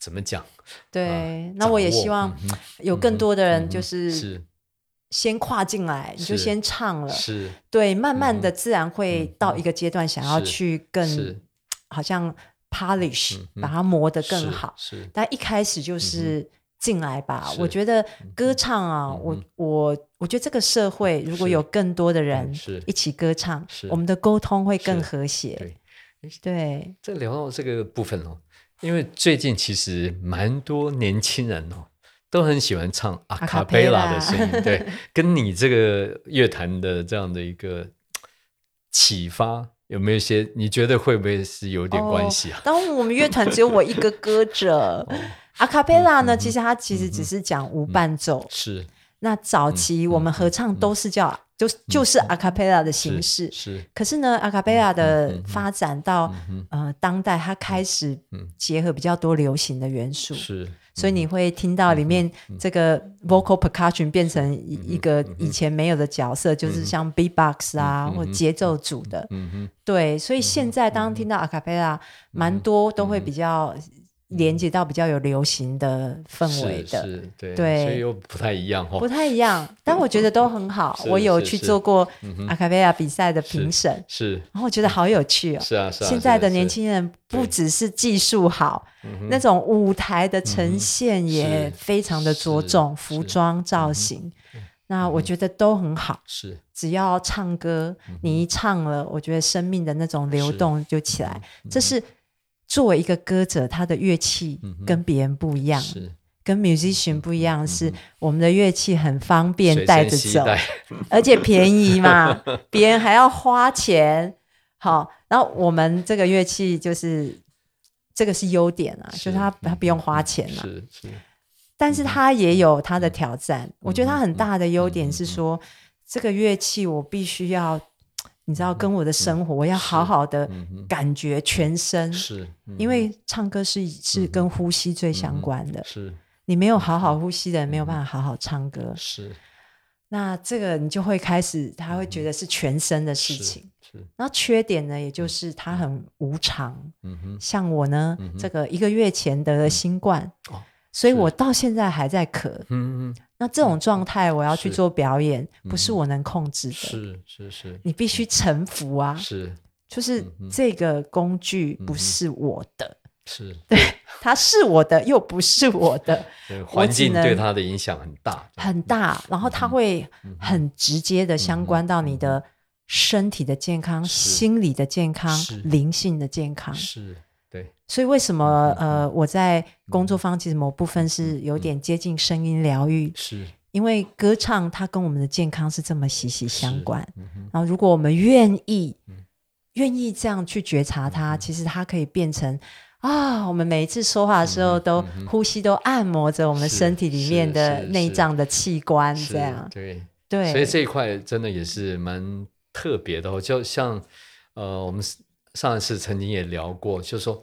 Speaker 1: 怎么讲？
Speaker 2: 对
Speaker 1: 啊。
Speaker 2: 那我也
Speaker 1: 掌握
Speaker 2: 希望
Speaker 1: 嗯哼
Speaker 2: 有更多的
Speaker 1: 嗯
Speaker 2: 人
Speaker 1: 哼
Speaker 2: 就是
Speaker 1: 是
Speaker 2: 先跨进来，你就是先唱了，
Speaker 1: 是
Speaker 2: 对，慢慢
Speaker 1: 嗯
Speaker 2: 的自然会
Speaker 1: 嗯
Speaker 2: 到一个阶段，想要
Speaker 1: 是
Speaker 2: 去
Speaker 1: 是
Speaker 2: 更好像 polish，
Speaker 1: 嗯
Speaker 2: 把它磨得
Speaker 1: 是
Speaker 2: 更好。
Speaker 1: 是
Speaker 2: 但一开始就是进来吧。我
Speaker 1: 是
Speaker 2: 觉得歌唱啊，
Speaker 1: 嗯
Speaker 2: 我我我觉得这个社会如果
Speaker 1: 是哎
Speaker 2: 有更多的人
Speaker 1: 是
Speaker 2: 一起歌唱
Speaker 1: 是，
Speaker 2: 我们的沟通会更
Speaker 1: 是
Speaker 2: 和谐。
Speaker 1: 对。
Speaker 2: 对，
Speaker 1: 这聊到这个部分哦，因为最近其实蛮多年轻人哦，都很喜欢唱阿卡贝拉的
Speaker 2: Acapella
Speaker 1: 声音，对，跟你这个乐坛的这样的一个嘖启发，有没有一些你觉得会不会是有点关系啊？
Speaker 2: 当我们乐团只有我一个歌者
Speaker 1: 哦，
Speaker 2: 阿卡贝拉呢，
Speaker 1: 嗯
Speaker 2: 其实它其实
Speaker 1: 嗯嗯
Speaker 2: 只
Speaker 1: 嗯
Speaker 2: 是讲无伴奏。
Speaker 1: 是
Speaker 2: 那早期我们合唱都是叫，就是就是阿卡贝拉的形式。
Speaker 1: 嗯是，
Speaker 2: 可是呢，阿卡贝拉
Speaker 1: 嗯嗯
Speaker 2: 的
Speaker 1: 嗯
Speaker 2: 发展到
Speaker 1: 嗯
Speaker 2: 呃当代，它开始
Speaker 1: 嗯
Speaker 2: 结合比较多流行的元素
Speaker 1: 哼，。是，嗯
Speaker 2: 所以你会听到里面这个 vocal percussion 变成一
Speaker 1: 嗯哼
Speaker 2: 一个
Speaker 1: 嗯哼
Speaker 2: 以前没有的角色，就是像 beatbox 啊
Speaker 1: 嗯哼
Speaker 2: 或节奏组的。
Speaker 1: 嗯哼，
Speaker 2: 对，所以现在当听到 acapella，蛮多都
Speaker 1: 嗯
Speaker 2: 会比较连接到比较有流行的氛围
Speaker 1: 是
Speaker 2: 的，
Speaker 1: 是，对，
Speaker 2: 对
Speaker 1: 所以又不太一样哦
Speaker 2: 不。太一样。但我觉得都很好，
Speaker 1: 是
Speaker 2: 我有
Speaker 1: 是
Speaker 2: 去
Speaker 1: 是
Speaker 2: 做过
Speaker 1: 嗯哼
Speaker 2: acapella 比赛的评审，
Speaker 1: 是
Speaker 2: 然后我觉得好有趣哦。
Speaker 1: 是啊是啊，
Speaker 2: 现在
Speaker 1: 是啊
Speaker 2: 的年，轻人不只是技术好，那种舞台的呈现也
Speaker 1: 嗯是嗯
Speaker 2: 非常的着重，服装造型，那我觉得都很好。
Speaker 1: 是是
Speaker 2: 只要唱歌，
Speaker 1: 嗯
Speaker 2: 你一唱了，我觉得生命的那种流动就起
Speaker 1: 嗯
Speaker 2: 来。这是作为一个歌者，他的乐器跟别人不一样，
Speaker 1: 嗯是嗯
Speaker 2: 跟 musician 不一样，是我们的乐器很方便带着
Speaker 1: 随身携
Speaker 2: 走，
Speaker 1: 带
Speaker 2: 而且便宜嘛， 别人还要花钱。好，然后我们这个乐器就是这个是优点啊，就是它它不用花钱啊，
Speaker 1: 嗯是嗯是。
Speaker 2: 但是它也有它的挑战。我觉
Speaker 1: 嗯
Speaker 2: 得它很大的优点是说，这个乐器我必须要，你知道，跟我的生活，我要好好的
Speaker 1: 嗯哼
Speaker 2: 感觉全身，
Speaker 1: 是，嗯
Speaker 2: 因为唱歌是是跟呼吸最相关的。
Speaker 1: 是
Speaker 2: 你没有好
Speaker 1: 嗯
Speaker 2: 好呼吸的人，没有办法好好唱歌。
Speaker 1: 是
Speaker 2: 那这个你就会开始，他会觉得是全身的事
Speaker 1: 是
Speaker 2: 情。
Speaker 1: 是，
Speaker 2: 那缺点呢，也就是它很无常。
Speaker 1: 嗯哼，
Speaker 2: 像我呢，这个一个月前得了新冠，
Speaker 1: 哦
Speaker 2: 所以我到现在还在咳。
Speaker 1: 嗯嗯，
Speaker 2: 那这种状态，我要去
Speaker 1: 是
Speaker 2: 做表演，
Speaker 1: 嗯
Speaker 2: 不是
Speaker 1: 哼
Speaker 2: 我能控制的。
Speaker 1: 是是是
Speaker 2: 你必须臣服啊！
Speaker 1: 是
Speaker 2: 就是
Speaker 1: 嗯哼
Speaker 2: 这个工具
Speaker 1: 嗯
Speaker 2: 不
Speaker 1: 哼
Speaker 2: 是我的，
Speaker 1: 是，
Speaker 2: 它是我的又不是我的，
Speaker 1: 对环
Speaker 2: 只
Speaker 1: 境对
Speaker 2: 能
Speaker 1: 他的影响很大，
Speaker 2: 很大。然后它会很直接的相关到你的身体的健康、
Speaker 1: 是
Speaker 2: 心理的健康
Speaker 1: 是、
Speaker 2: 灵性的健康。
Speaker 1: 是，对，
Speaker 2: 所以为什么呃，我在工作方其实某部分是有点接近声音疗愈，
Speaker 1: 是
Speaker 2: 因为歌唱它跟我们的健康是这么息息相
Speaker 1: 是
Speaker 2: 关。
Speaker 1: 嗯哼，
Speaker 2: 然后，如果我们愿意，愿意这样去觉察它，其实它可以变成啊，我们每一次说话的时候都呼吸都按摩着我们
Speaker 1: 是
Speaker 2: 身体里面
Speaker 1: 是
Speaker 2: 的
Speaker 1: 是
Speaker 2: 内脏的器官，
Speaker 1: 是
Speaker 2: 这样
Speaker 1: 对，
Speaker 2: 对，
Speaker 1: 所以这一块真的也是蛮特别的、哦，就像呃，我们上一次曾经也聊过，就是说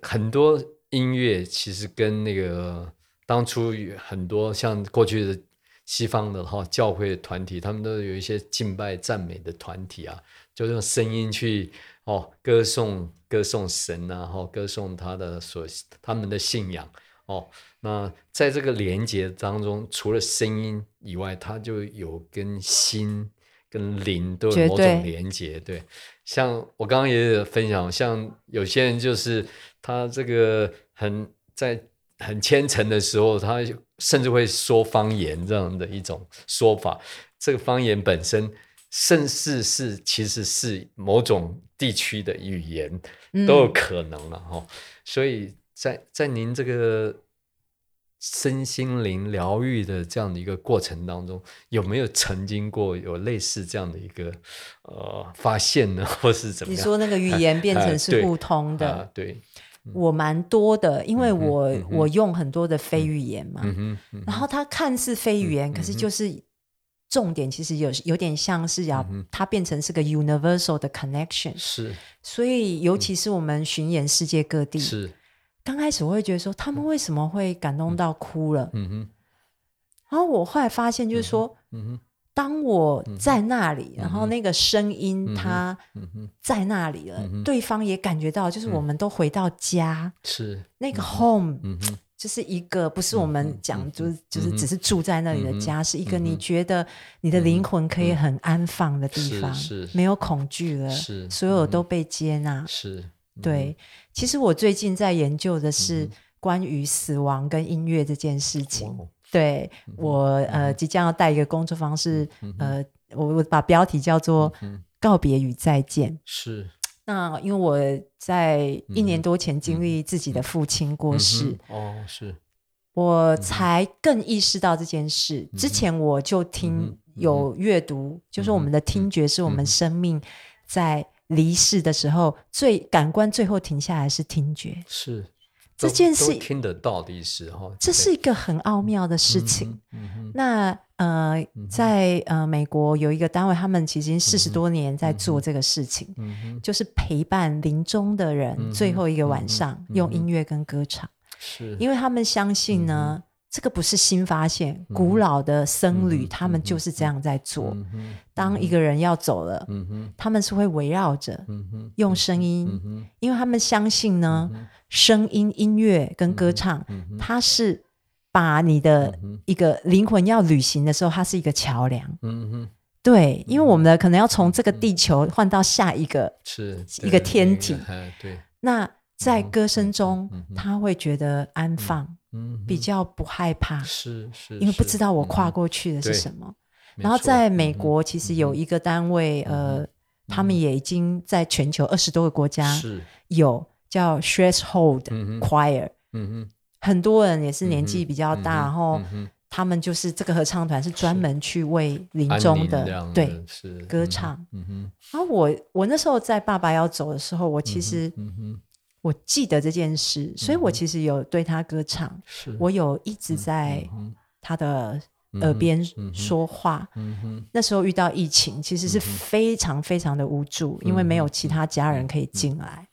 Speaker 1: 很多音乐其实跟那个当初有很多像过去的西方的哈教会团体，他们都有一些敬拜赞美的团体啊，就用声音去哦歌颂歌颂神啊，哈、歌颂他的所他们的信仰哦。那在这个连接当中，除了声音以外，它就有跟心、跟灵都有
Speaker 2: 绝
Speaker 1: 某
Speaker 2: 对
Speaker 1: 种连接。对，像我刚刚也有分享，像有些人就是他这个很在很虔诚的时候，他甚至会说方言这样的一种说法。这个方言本身，甚至是其实是某种地区的语言
Speaker 2: 嗯
Speaker 1: 都有可能了、哈、所以在在您这个身心灵疗愈的这样的一个过程当中，有没有曾经过有类似这样的一个呃发现呢， 或是怎么
Speaker 2: 你
Speaker 1: 样？
Speaker 2: 说那个语言变成是
Speaker 1: 对
Speaker 2: 互通
Speaker 1: 啊
Speaker 2: 的，，
Speaker 1: 对，
Speaker 2: 我蛮多的，因为
Speaker 1: 嗯哼
Speaker 2: 我
Speaker 1: 嗯哼
Speaker 2: 我用很多的非语言嘛，
Speaker 1: 嗯哼，嗯
Speaker 2: 然
Speaker 1: 哼
Speaker 2: 后它看似非语言，
Speaker 1: 嗯
Speaker 2: 可是
Speaker 1: 嗯哼
Speaker 2: 就是。重点其实有有点像是要、
Speaker 1: 嗯哼
Speaker 2: 它变成是个 universal 的 connection，
Speaker 1: 是嗯
Speaker 2: 所以，尤其是我们巡演世界各地，
Speaker 1: 是，嗯
Speaker 2: 刚开始我会觉得说，他们为什么会感动到哭了？
Speaker 1: 嗯哼，
Speaker 2: 然后我后来发现，就是说，
Speaker 1: 嗯哼，嗯
Speaker 2: 当我在那里，然
Speaker 1: 嗯
Speaker 2: 后
Speaker 1: 哼
Speaker 2: 那个声音
Speaker 1: 嗯哼
Speaker 2: 它
Speaker 1: 嗯哼，
Speaker 2: 在那里了，
Speaker 1: 嗯哼
Speaker 2: 对方也感觉到，就是我们都回到家，
Speaker 1: 是，
Speaker 2: 那个 home
Speaker 1: 嗯哼，
Speaker 2: 就是一个不是我们讲就是就是
Speaker 1: 嗯嗯哼嗯
Speaker 2: 只是住在那里的家，是一个你觉得你的灵魂可以很安放的地方，
Speaker 1: 是是
Speaker 2: 没有恐惧了，
Speaker 1: 是嗯
Speaker 2: 所有都被接纳。
Speaker 1: 是，嗯
Speaker 2: 对，其实我最近在研究的是关于死亡跟音乐这件事情。
Speaker 1: 哇哦嗯
Speaker 2: 对我呃即将要带一个工作坊是、呃我我把标题叫做
Speaker 1: 嗯
Speaker 2: “告别与再见”
Speaker 1: 是，
Speaker 2: 那因为我在一年多前经历自己的父亲过世，
Speaker 1: 嗯哼嗯哦，是，
Speaker 2: 我才更意识到这件事。之前我就
Speaker 1: 嗯
Speaker 2: 听
Speaker 1: 哼嗯
Speaker 2: 有阅读，就是我们的听觉是我们生命在离世的时候最感官最后停下来是听觉，
Speaker 1: 是
Speaker 2: 这
Speaker 1: 都
Speaker 2: 件
Speaker 1: 都
Speaker 2: 事
Speaker 1: 听得到的意思哈，
Speaker 2: 这
Speaker 1: 对
Speaker 2: 是一个很奥妙的事
Speaker 1: 嗯
Speaker 2: 情。
Speaker 1: 哼嗯
Speaker 2: 那呃，在呃美国有一个单位，他们其实已经四十多年在做这个事情，
Speaker 1: 嗯哼，嗯哼，
Speaker 2: 就是陪伴临终的人、
Speaker 1: 嗯哼
Speaker 2: 最后一个晚上、
Speaker 1: 哼
Speaker 2: 用音乐跟歌唱，
Speaker 1: 是，
Speaker 2: 因为他们相信呢，
Speaker 1: 嗯
Speaker 2: 这个不是新发现，古老的僧侣、他们就是这样在做。
Speaker 1: 嗯哼，
Speaker 2: 当一个人要走了，
Speaker 1: 嗯哼，
Speaker 2: 他们是会围绕着
Speaker 1: 嗯哼，
Speaker 2: 用声音，
Speaker 1: 嗯哼，
Speaker 2: 因为他们相信
Speaker 1: 嗯
Speaker 2: 呢，声音、音乐跟歌唱，它是把你的一个灵魂要旅行的时候，它是一个桥梁。
Speaker 1: 嗯哼，嗯
Speaker 2: 对，因为我们的可能要从这个地球换到下一个，
Speaker 1: 是
Speaker 2: 一
Speaker 1: 对
Speaker 2: 个天
Speaker 1: 一个
Speaker 2: 体
Speaker 1: 哎，对，
Speaker 2: 那在歌声中，他会觉得安放，
Speaker 1: 嗯
Speaker 2: 比较不害怕
Speaker 1: 哼，，是是，
Speaker 2: 因为不知
Speaker 1: 道，
Speaker 2: 道我跨过去的是
Speaker 1: 对
Speaker 2: 什么。
Speaker 1: 没
Speaker 2: 然后
Speaker 1: 错嗯
Speaker 2: 在美国，其实有一个单位，呃，他们也已经在全球二十多个国家
Speaker 1: 嗯是，
Speaker 2: 有叫 Threshold
Speaker 1: 嗯哼
Speaker 2: Choir，、
Speaker 1: 嗯哼，
Speaker 2: 很多人也是年纪比较大，
Speaker 1: 嗯哼
Speaker 2: 然后
Speaker 1: 嗯哼
Speaker 2: 他们就是这个合唱团是专门去为临
Speaker 1: 安
Speaker 2: 终
Speaker 1: 宁这
Speaker 2: 的
Speaker 1: 样
Speaker 2: 对
Speaker 1: 的是
Speaker 2: 歌
Speaker 1: 嗯
Speaker 2: 唱。
Speaker 1: 嗯哼，
Speaker 2: 然后我我那时候在爸爸要走的时候，我其实
Speaker 1: 嗯哼，嗯
Speaker 2: 我记得这件事，所以我其实有对他歌唱，
Speaker 1: 是，
Speaker 2: 我有一直在
Speaker 1: 嗯哼
Speaker 2: 他的耳边说话。
Speaker 1: 嗯哼，
Speaker 2: 那时候遇到疫情，其
Speaker 1: 嗯
Speaker 2: 实是非常非常的无助，因为没有其他家
Speaker 1: 嗯
Speaker 2: 人可以进来。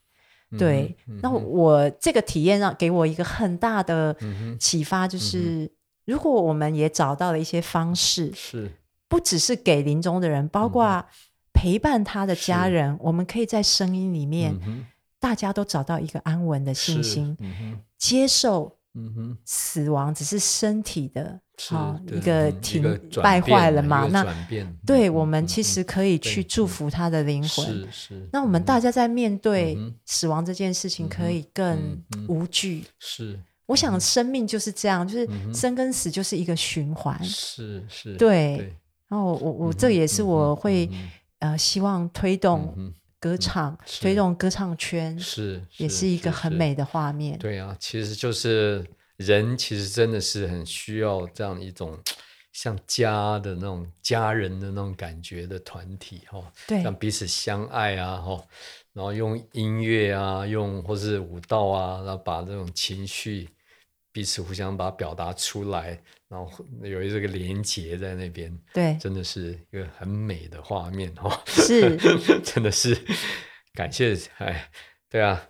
Speaker 2: 对，那我这个体验让给我一个很大的
Speaker 1: 嗯
Speaker 2: 启发，就是、如果我们也找到了一些方式，
Speaker 1: 是，
Speaker 2: 不只是给临终的
Speaker 1: 嗯
Speaker 2: 人，包括陪伴他的家人，我们可以在声音里面，
Speaker 1: 嗯哼，
Speaker 2: 大家都找到一个安稳的信
Speaker 1: 是
Speaker 2: 心，
Speaker 1: 嗯哼，
Speaker 2: 接受
Speaker 1: 嗯哼。
Speaker 2: 死亡只是身体的
Speaker 1: 是
Speaker 2: 啊、
Speaker 1: 对
Speaker 2: 一个
Speaker 1: 嗯
Speaker 2: 停
Speaker 1: 个转
Speaker 2: 败
Speaker 1: 变
Speaker 2: 坏了
Speaker 1: 一
Speaker 2: 嘛，
Speaker 1: 个
Speaker 2: 那
Speaker 1: 转变
Speaker 2: 对
Speaker 1: 嗯
Speaker 2: 我们
Speaker 1: 嗯
Speaker 2: 其
Speaker 1: 嗯
Speaker 2: 实可以
Speaker 1: 对
Speaker 2: 去祝福他的灵魂。
Speaker 1: 是是，
Speaker 2: 那我们大家在面对
Speaker 1: 嗯哼
Speaker 2: 死亡这件事情，可以更
Speaker 1: 嗯嗯
Speaker 2: 无惧。
Speaker 1: 是
Speaker 2: 我想生命就是这样，就是生跟死就是一个循环。
Speaker 1: 是是，
Speaker 2: 哎对
Speaker 1: 对，嗯
Speaker 2: 然后我我这也是我会呃希望推
Speaker 1: 嗯
Speaker 2: 动歌唱，
Speaker 1: 是
Speaker 2: 推动歌唱圈，
Speaker 1: 嗯是
Speaker 2: 也是一个很。美的画面。
Speaker 1: 对啊，其实就是人，其实真的是很需要这样一种像家的那种家人的那种感觉的团体哈、哦，
Speaker 2: 对
Speaker 1: 让彼此相爱啊哈、哦，然后用音乐啊，用或是舞蹈啊，然后把这种情绪彼此互相把它表达出来，然后有这个连结在那边，
Speaker 2: 对，
Speaker 1: 真的是一个很美的画面哈、哦。
Speaker 2: 是
Speaker 1: 真的是感谢哎，对啊，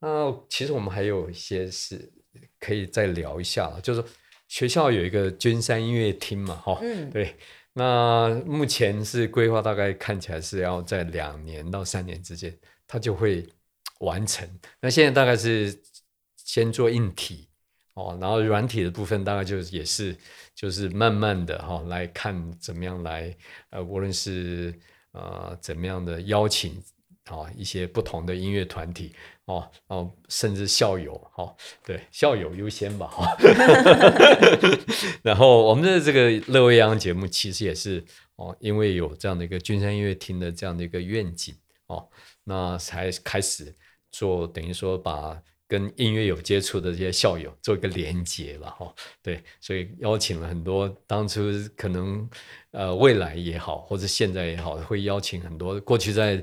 Speaker 1: 那其实我们还有一些是可以再聊一下了，就是说学校有一个君山音乐厅嘛，哈、
Speaker 2: 嗯
Speaker 1: 对，那目前是规划大概看起来是要在两年到三年之间，它就会完成。那现在大概是先做硬体。哦，然后软体的部分大概就是也是就是慢慢的哈、来看怎么样来呃，无论是呃怎么样的邀请啊、一些不同的音乐团体哦哦，甚至校友哦，对校友优先吧哦哈。 然后我们的这个乐未央节目其实也是哦，因为有这样的一个君山音乐厅的这样的一个愿景哦，那才开始做，等于说把跟音乐有接触的这些校友做一个连接了哈、对，所以邀请了很多当初可能呃未来也好，或者现在也好，会邀请很多过去在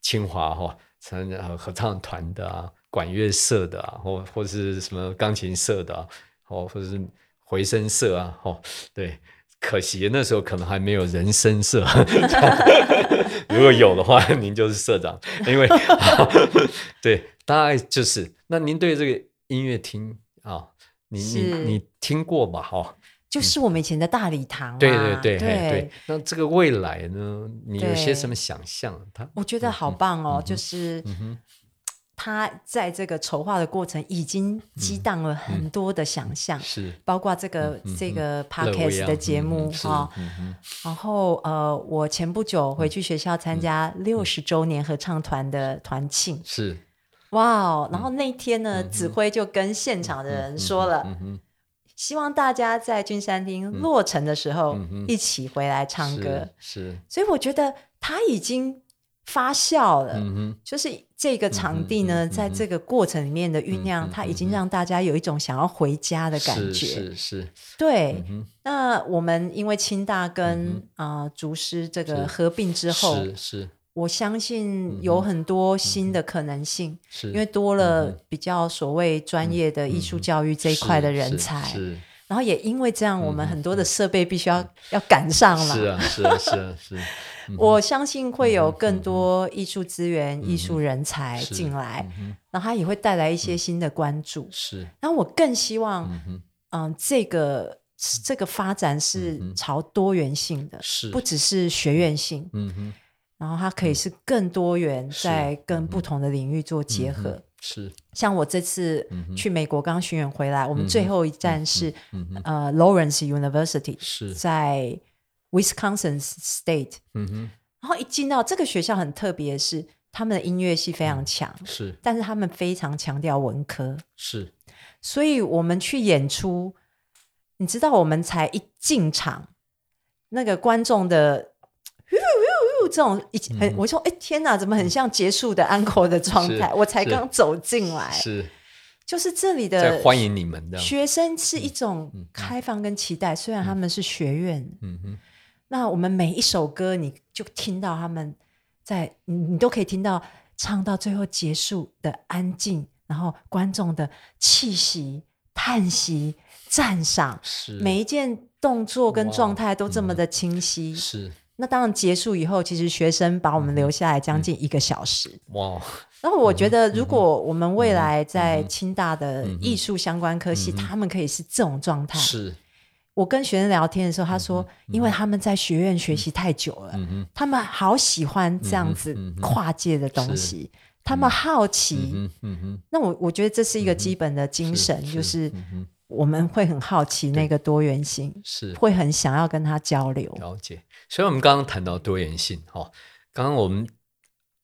Speaker 1: 清华哈、参加呃合唱团的啊、管乐社的啊，或或是什么钢琴社的啊，哦，或者是回声社啊，哦，对。可惜那时候可能还没有人声社， 如果有的话，您就是社长，因为 对，大概就是那您对这个音乐厅啊，你你
Speaker 2: 是
Speaker 1: 你听过吧？哈、哦
Speaker 2: 就是我们以前的大礼堂、啊
Speaker 1: 对对对
Speaker 2: 对
Speaker 1: 嘿对。那这个未来呢？你有些
Speaker 2: 对
Speaker 1: 什么想象？它
Speaker 2: 我觉得好棒
Speaker 1: 嗯
Speaker 2: 哦，就是他在这个筹划的过程已经激
Speaker 1: 嗯
Speaker 2: 荡了很多的想象，
Speaker 1: 是
Speaker 2: 包括这个、这个
Speaker 1: 嗯乐未央
Speaker 2: 啊 podcast 的节目
Speaker 1: 嗯是
Speaker 2: 哈、
Speaker 1: 嗯哼
Speaker 2: 然后呃，我前不久回去学校参加
Speaker 1: 嗯
Speaker 2: 六十周年合唱团的团庆，
Speaker 1: 是
Speaker 2: 哇哦！
Speaker 1: 嗯
Speaker 2: 然后那天呢，指挥就跟现场的人说了，
Speaker 1: 嗯哼
Speaker 2: 希望大家在君山厅落成的时候
Speaker 1: 嗯哼
Speaker 2: 一起回来唱歌。
Speaker 1: 是是
Speaker 2: 所以我觉得他已经发酵了，
Speaker 1: 嗯哼
Speaker 2: 就是这个场地
Speaker 1: 嗯
Speaker 2: 呢，
Speaker 1: 哼嗯哼
Speaker 2: 在这个过程里面的酝
Speaker 1: 嗯
Speaker 2: 酿，
Speaker 1: 哼
Speaker 2: 它已经让大家有一种想要回家的感
Speaker 1: 是
Speaker 2: 觉。
Speaker 1: 是是
Speaker 2: 对，
Speaker 1: 嗯哼
Speaker 2: 那我们因为清大跟啊、呃竹师这
Speaker 1: 嗯是
Speaker 2: 个合并之后，
Speaker 1: 是嗯是
Speaker 2: 我相信有很多新的可能性，
Speaker 1: 是，嗯
Speaker 2: 因为多了比较所谓专业的艺术教育这一块的人才，
Speaker 1: 是嗯是
Speaker 2: 然后也因为这样，我们很多的设备必须要、要赶上
Speaker 1: 是是啊
Speaker 2: 了。
Speaker 1: 嗯是啊是啊 是啊，
Speaker 2: 我相信会有更多艺术资源、艺术人才
Speaker 1: 嗯是
Speaker 2: 进来，
Speaker 1: 嗯哼
Speaker 2: 然后它也会带来一些新的关注。
Speaker 1: 是
Speaker 2: 然后我更希望，
Speaker 1: 嗯嗯哼
Speaker 2: 嗯、这个这个发展是朝多元性的，
Speaker 1: 是
Speaker 2: 不只是学院性，
Speaker 1: 嗯哼
Speaker 2: 然后它可以是更多元，
Speaker 1: 是嗯
Speaker 2: 在跟不同的领域做结合。
Speaker 1: 是
Speaker 2: 像我这次去美国刚巡演回来，我们最后一站是、
Speaker 1: 嗯哼
Speaker 2: 呃 Lawrence University，
Speaker 1: 是
Speaker 2: 在 Wisconsin State。
Speaker 1: 嗯哼
Speaker 2: 然后一进到这个学校很特别的是，他们的音乐系非
Speaker 1: 嗯
Speaker 2: 常强，
Speaker 1: 是
Speaker 2: 但是他们非常强调文科，
Speaker 1: 是
Speaker 2: 所以我们去演出，你知道，我们才一进场，那个观众的。呼呼呼这种一起很，我说哎、天哪，怎么很像结束的 uncle 的状态？
Speaker 1: 嗯是
Speaker 2: 我才
Speaker 1: 是
Speaker 2: 刚走进来，
Speaker 1: 是
Speaker 2: 就是哎这里
Speaker 1: 在
Speaker 2: 的
Speaker 1: 欢迎你们这样，
Speaker 2: 学生是一种开放跟期待，虽然他们是学院，
Speaker 1: 嗯哼
Speaker 2: 那我们每一首歌，你就听到他们在，你你都可以听到唱到最后结束的安静，然后观众的气息、叹息、赞赏，
Speaker 1: 是
Speaker 2: 每一件动作跟状态都这么的清晰。
Speaker 1: 是
Speaker 2: 那当然结束以后，其实学生把我们留下来将近一个小时。
Speaker 1: 哇
Speaker 2: 然后我觉得，如果我们未来在清大的艺术相关科系，他们可以是这种状
Speaker 1: 嗯
Speaker 2: 态。
Speaker 1: 是
Speaker 2: 我跟学生聊天的时候，他说，因为他们在学院学习太久了，
Speaker 1: 嗯哼
Speaker 2: 他们好喜欢这样子
Speaker 1: 嗯哼嗯哼
Speaker 2: 跨界的东西，他们好奇。
Speaker 1: 嗯嗯哼嗯
Speaker 2: 那我我觉得这是一个基本的精神，
Speaker 1: 是
Speaker 2: 就是
Speaker 1: 嗯哼
Speaker 2: 我们会很好奇那个多元性，
Speaker 1: 是
Speaker 2: 会很想要跟他交流。
Speaker 1: 了解。所以我们刚刚谈到多元性，哈、哦，刚刚我们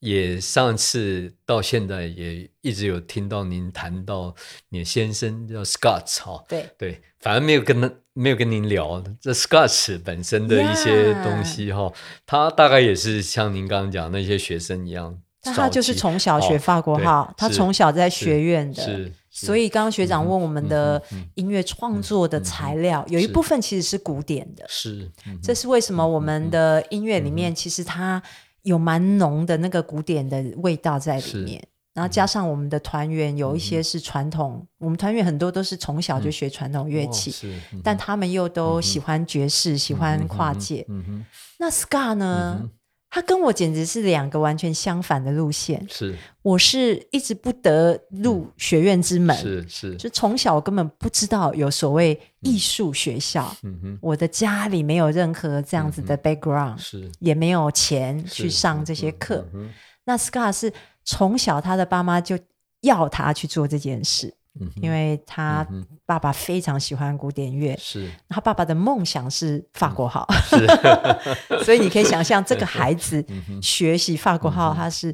Speaker 1: 也上次到现在也一直有听到您谈到你的先生叫 Scott 哈、哦，
Speaker 2: 对，
Speaker 1: 对，反而没有跟他没有跟您聊这 Scotch 本身的一些东西哈他大概也是像您刚刚讲那些学生一样，
Speaker 2: 但他就是
Speaker 1: 早期
Speaker 2: 从小学法国
Speaker 1: 哦
Speaker 2: 号
Speaker 1: 对，
Speaker 2: 他
Speaker 1: 是
Speaker 2: 从小在学院的
Speaker 1: 是。
Speaker 2: 所以刚刚学长问我们的
Speaker 1: 嗯嗯
Speaker 2: 音乐创作的材料，有一部分其实是古典的，
Speaker 1: 是嗯
Speaker 2: 这是为什么我们的音乐里面其实它有蛮浓的那个古典的味道在里面，然后加上我们的团员有一
Speaker 1: 嗯
Speaker 2: 些是传统，我们团员很多都是从小就学传统乐器，
Speaker 1: 哦是嗯
Speaker 2: 但他们又都喜欢爵士，喜欢跨界。嗯
Speaker 1: 嗯哼嗯
Speaker 2: 那 Scar 呢？他跟我简直是两个完全相反的路线。
Speaker 1: 是
Speaker 2: 我是一直不得入学院之门，
Speaker 1: 嗯是是
Speaker 2: 就从小根本不知道有所谓艺术学校。
Speaker 1: 嗯哼
Speaker 2: 我的家里没有任何这样子的 background，、
Speaker 1: 是
Speaker 2: 也没有钱
Speaker 1: 是
Speaker 2: 去上这些课。
Speaker 1: 嗯哼
Speaker 2: 那 Scar 是从小他的爸妈就要他去做这件事，
Speaker 1: 嗯哼
Speaker 2: 因为他
Speaker 1: 嗯
Speaker 2: 爸爸非常喜欢古典乐，
Speaker 1: 是
Speaker 2: 他爸爸的梦想是法国号，
Speaker 1: 嗯
Speaker 2: 所以你可以想象这个孩子学习法国号，他是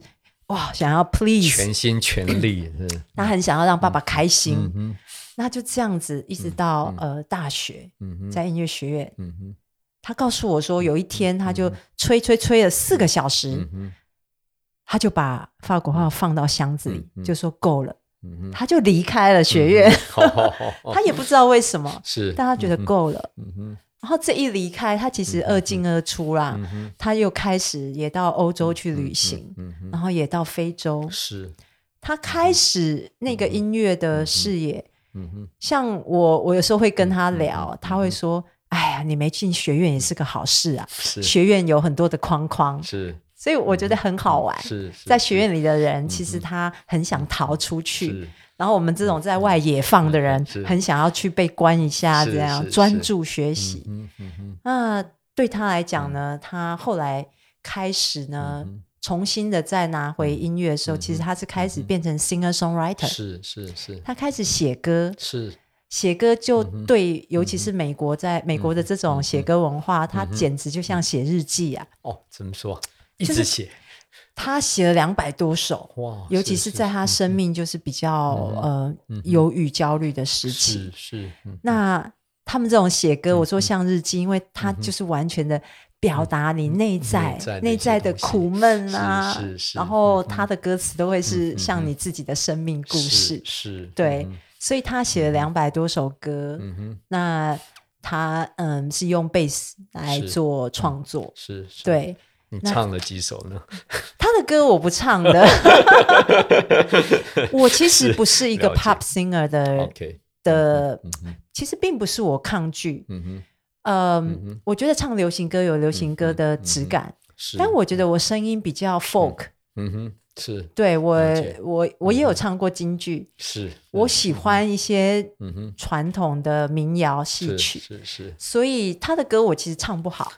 Speaker 2: 哇想要 please，
Speaker 1: 嗯全心全 力是
Speaker 2: 他很想要让爸爸开心，
Speaker 1: 嗯哼
Speaker 2: 那就这样子一直到、呃大学
Speaker 1: 嗯哼
Speaker 2: 在音乐学院，
Speaker 1: 嗯哼
Speaker 2: 他告诉我说，有一天他就吹吹吹了四个小时，
Speaker 1: 嗯哼
Speaker 2: 他就把法国号放到箱子里，
Speaker 1: 嗯嗯
Speaker 2: 就说够了，
Speaker 1: 嗯哼嗯
Speaker 2: 他就离开了学 院。
Speaker 1: 好好好好
Speaker 2: 他也不知道为什么，
Speaker 1: 哦是
Speaker 2: 但他觉得够了。
Speaker 1: 嗯哼
Speaker 2: 然后这一离开，他其实二进二出啦，
Speaker 1: 嗯哼
Speaker 2: 他又开始也到欧洲啊去旅行，
Speaker 1: 嗯哼
Speaker 2: 然后也到非洲。
Speaker 1: 是
Speaker 2: 他开始那个音乐的视野，
Speaker 1: 嗯哼
Speaker 2: 像我，我有时候会跟
Speaker 1: 嗯
Speaker 2: 他聊，他会说：“哎呀，你没进学院也是个好事啊，
Speaker 1: 是
Speaker 2: 学院有很多的框框，
Speaker 1: 是嗯
Speaker 2: 所以我觉得很好玩。
Speaker 1: 是是嗯
Speaker 2: 在学院里的人，其实他很想逃出去，
Speaker 1: 是嗯
Speaker 2: 然后我们这种在外野放的人，
Speaker 1: 是
Speaker 2: 很想要去被关一下，
Speaker 1: 是
Speaker 2: 这样
Speaker 1: 是
Speaker 2: 专
Speaker 1: 是
Speaker 2: 注学习。
Speaker 1: 嗯嗯嗯
Speaker 2: 那对他来讲呢，他后来开始呢，
Speaker 1: 嗯
Speaker 2: 重新的再拿回音乐的时候，其实他是开始变成 singer
Speaker 1: 哼，
Speaker 2: songwriter，
Speaker 1: 嗯是是是
Speaker 2: 他开始写歌，
Speaker 1: 是
Speaker 2: 写歌
Speaker 1: 嗯
Speaker 2: 就对，尤其是美国在美国的这种写歌文化，
Speaker 1: 嗯
Speaker 2: 他简直就像写日记啊！
Speaker 1: 哦，怎么说？一
Speaker 2: 就
Speaker 1: 直
Speaker 2: 是
Speaker 1: 写
Speaker 2: 他写了两百多首，
Speaker 1: 哇，
Speaker 2: 尤其是在
Speaker 1: 嗯
Speaker 2: 他生命就是比较呃忧郁焦虑的时期
Speaker 1: 是，嗯是嗯
Speaker 2: 那他们这种写歌，我说像日记，因为
Speaker 1: 嗯
Speaker 2: 它就是完全的表达你内在
Speaker 1: 内在的一些
Speaker 2: 内在的苦闷啊
Speaker 1: 东西是是，是嗯
Speaker 2: 然后他的歌词都会是像你自己的生命故事
Speaker 1: 是，是
Speaker 2: 对
Speaker 1: 嗯，
Speaker 2: 所以他写了两百多首歌，
Speaker 1: 嗯哼
Speaker 2: 那他嗯是用贝斯来
Speaker 1: 是
Speaker 2: 做创作，
Speaker 1: 是是，
Speaker 2: 对。
Speaker 1: 你唱了几首呢？
Speaker 2: 他的歌我不唱 的，我其实不是一个
Speaker 1: 了解
Speaker 2: pop singer 的
Speaker 1: OK，
Speaker 2: 的，
Speaker 1: 嗯哼
Speaker 2: 其实并不是我抗拒，
Speaker 1: 嗯哼，嗯
Speaker 2: 嗯
Speaker 1: 哼，嗯
Speaker 2: 我觉得唱流行歌有流行歌的质感，
Speaker 1: 是，
Speaker 2: 但我觉得我声音比较 folk，、
Speaker 1: 嗯哼是
Speaker 2: 对我
Speaker 1: 了解嗯
Speaker 2: 我我也有唱过京剧，
Speaker 1: 是，
Speaker 2: 我喜欢一些
Speaker 1: 嗯哼
Speaker 2: 传统的民谣戏
Speaker 1: 是
Speaker 2: 曲，
Speaker 1: 是 是
Speaker 2: 所以他的歌我其实唱 不好，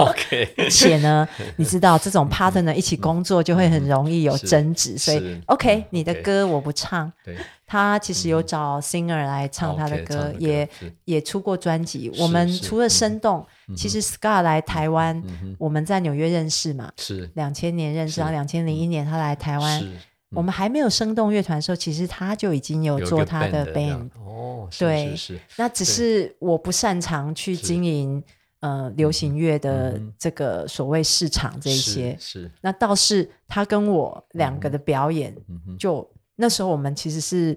Speaker 1: OK
Speaker 2: 而且 呢，你知道
Speaker 1: 嗯
Speaker 2: 这种 partner 一起工作就会很容易有
Speaker 1: 是
Speaker 2: 争执， 所以哦
Speaker 1: 是
Speaker 2: OK，
Speaker 1: 嗯
Speaker 2: 你的
Speaker 1: OK
Speaker 2: 歌我不唱，
Speaker 1: 对，
Speaker 2: 他其实有找 singer 来唱他的
Speaker 1: 嗯哦 OK，唱
Speaker 2: 歌
Speaker 1: 的，歌
Speaker 2: 也
Speaker 1: 是
Speaker 2: 也出过专辑。
Speaker 1: 是
Speaker 2: 我们
Speaker 1: 是
Speaker 2: 除了生动，其实 Scar 来台湾
Speaker 1: 嗯哼，
Speaker 2: 我们在纽约认识嘛，
Speaker 1: 是
Speaker 2: 两千年认识，
Speaker 1: 是嗯
Speaker 2: 然后两千零一年他来台湾。
Speaker 1: 是
Speaker 2: 我们还没有生动乐团的时候，其实他就已经有
Speaker 1: 有一
Speaker 2: 做
Speaker 1: 个
Speaker 2: 他的
Speaker 1: 这
Speaker 2: band，
Speaker 1: 样哦，是
Speaker 2: 对
Speaker 1: 是是
Speaker 2: 那只是我不擅长去经营呃流行乐的这个所谓市场这一
Speaker 1: 嗯是
Speaker 2: 些。
Speaker 1: 是
Speaker 2: 那倒是他跟我两个的表演，
Speaker 1: 嗯哼
Speaker 2: 就那时候我们其实是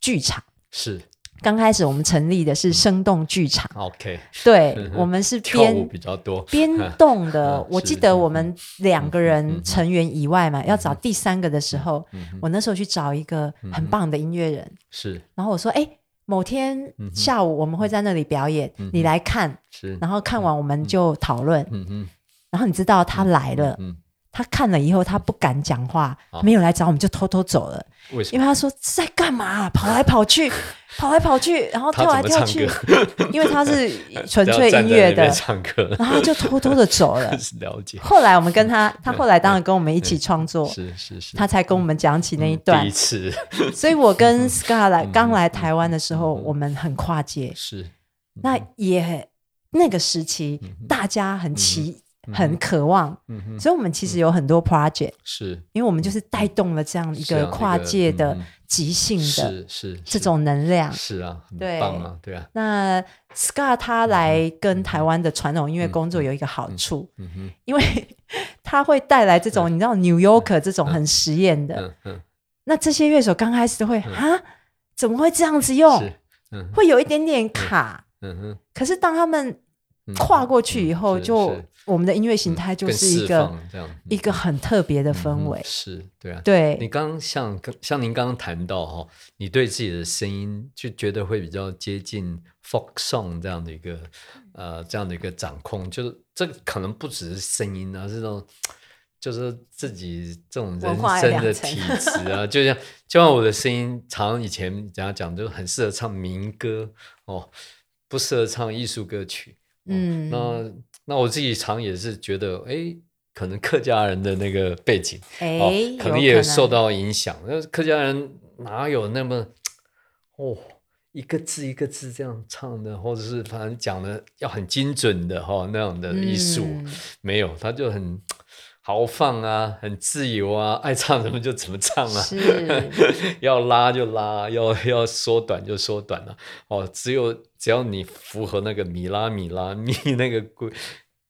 Speaker 2: 剧场。
Speaker 1: 是
Speaker 2: 刚开始我们成立的是生动剧场，
Speaker 1: OK，
Speaker 2: 对
Speaker 1: 嗯哼
Speaker 2: 我们是
Speaker 1: 跳舞
Speaker 2: 编
Speaker 1: 比较多，
Speaker 2: 编动的
Speaker 1: 嗯。
Speaker 2: 我
Speaker 1: 是
Speaker 2: 记得
Speaker 1: 嗯
Speaker 2: 我们两个
Speaker 1: 嗯
Speaker 2: 人
Speaker 1: 嗯
Speaker 2: 成员以外嘛，要找第三个的时候，
Speaker 1: 嗯哼
Speaker 2: 我那时候去找一个很棒的音乐人，
Speaker 1: 是
Speaker 2: 然后我说：“哎，某天
Speaker 1: 嗯哼嗯
Speaker 2: 下午我们会在那里表演，你来看。”
Speaker 1: 是，
Speaker 2: 然后看完我们就讨论，
Speaker 1: 嗯哼
Speaker 2: 然后你知道他来了，
Speaker 1: 嗯，啊
Speaker 2: 他看了以后他不敢讲话，没有来找我们就偷偷走了，
Speaker 1: 为什
Speaker 2: 因
Speaker 1: 么？
Speaker 2: 为他说在干嘛啊、跑来跑去，跑来跑去，然后
Speaker 1: 他
Speaker 2: 跳来
Speaker 1: 怎么
Speaker 2: 跳
Speaker 1: 唱
Speaker 2: 去
Speaker 1: 歌，
Speaker 2: 因为 他是纯
Speaker 1: 要
Speaker 2: 粹
Speaker 1: 站
Speaker 2: 音
Speaker 1: 在
Speaker 2: 乐
Speaker 1: 那边
Speaker 2: 的，
Speaker 1: 唱歌，。
Speaker 2: 然后他就哦偷偷的走了
Speaker 1: 是了解，
Speaker 2: 后来我们 跟他，他后来当然跟我们一起创作，
Speaker 1: 是是是，
Speaker 2: 他才跟我们讲起那一
Speaker 1: 第
Speaker 2: 段
Speaker 1: 一。嗯次
Speaker 2: 所以我跟 Scar 来刚来
Speaker 1: 嗯
Speaker 2: 台湾的时候，我们很跨界，
Speaker 1: 是
Speaker 2: 那
Speaker 1: 嗯
Speaker 2: 也那个时期大家很期很渴望，
Speaker 1: 嗯哼
Speaker 2: 所以我们其实有很多 project，
Speaker 1: 是
Speaker 2: 因为我们就是带动了这样一
Speaker 1: 是啊
Speaker 2: 个
Speaker 1: 这个
Speaker 2: 跨界的
Speaker 1: 嗯嗯
Speaker 2: 即兴的
Speaker 1: 是是
Speaker 2: 这
Speaker 1: 是
Speaker 2: 种能量。
Speaker 1: 是啊，很
Speaker 2: 对
Speaker 1: 棒啊，对啊，
Speaker 2: 那 Scar
Speaker 1: 嗯
Speaker 2: 他来跟台湾的传统音乐工作有一个好处，
Speaker 1: 嗯哼
Speaker 2: 因为 他会带来这种你知道 New Yorker 这种很实验的，
Speaker 1: 嗯嗯
Speaker 2: 那这些乐手刚开始都会啊、怎么会这样子用
Speaker 1: 是？嗯哼
Speaker 2: 会有一点点卡。
Speaker 1: 嗯哼
Speaker 2: 可是当他们
Speaker 1: 嗯
Speaker 2: 跨过去以后，
Speaker 1: 是嗯
Speaker 2: 就是我们的音乐形态就
Speaker 1: 更
Speaker 2: 是一
Speaker 1: 释
Speaker 2: 个
Speaker 1: 放这样
Speaker 2: 一个很特别的氛围
Speaker 1: 嗯。是对啊。你
Speaker 2: 对，
Speaker 1: 刚刚像刚像您刚刚谈到哈、你对自己的声音就觉得会比较接近 folk song 这样的一个
Speaker 2: 嗯
Speaker 1: 呃这样的一个掌控，就是这个可能不只是声音啊，是这种就是自己这种人
Speaker 2: 文化
Speaker 1: 生
Speaker 2: 养
Speaker 1: 的
Speaker 2: 成
Speaker 1: 体质啊，就像就像我的声音，常常以前人家讲就很适合唱民歌哦，不适合唱艺术歌曲。哦
Speaker 2: 嗯，
Speaker 1: 那那我自己常也是觉得，哎，可能客家人的那个背景。
Speaker 2: 哎、
Speaker 1: 哦，可能也受
Speaker 2: 有
Speaker 1: 到影响。那客家人哪有那么哦，一个字一个字这样唱的，或者是反正讲的要很精准的哈、哦、那样的
Speaker 2: 可能
Speaker 1: 艺术、
Speaker 2: 嗯
Speaker 1: 没有，他就很豪放啊，很自由啊，爱唱什么就怎么唱啊。
Speaker 2: 是
Speaker 1: 要拉就拉，要要缩短就缩短了、哦，只有只要你符合那个米拉米 拉咪那个规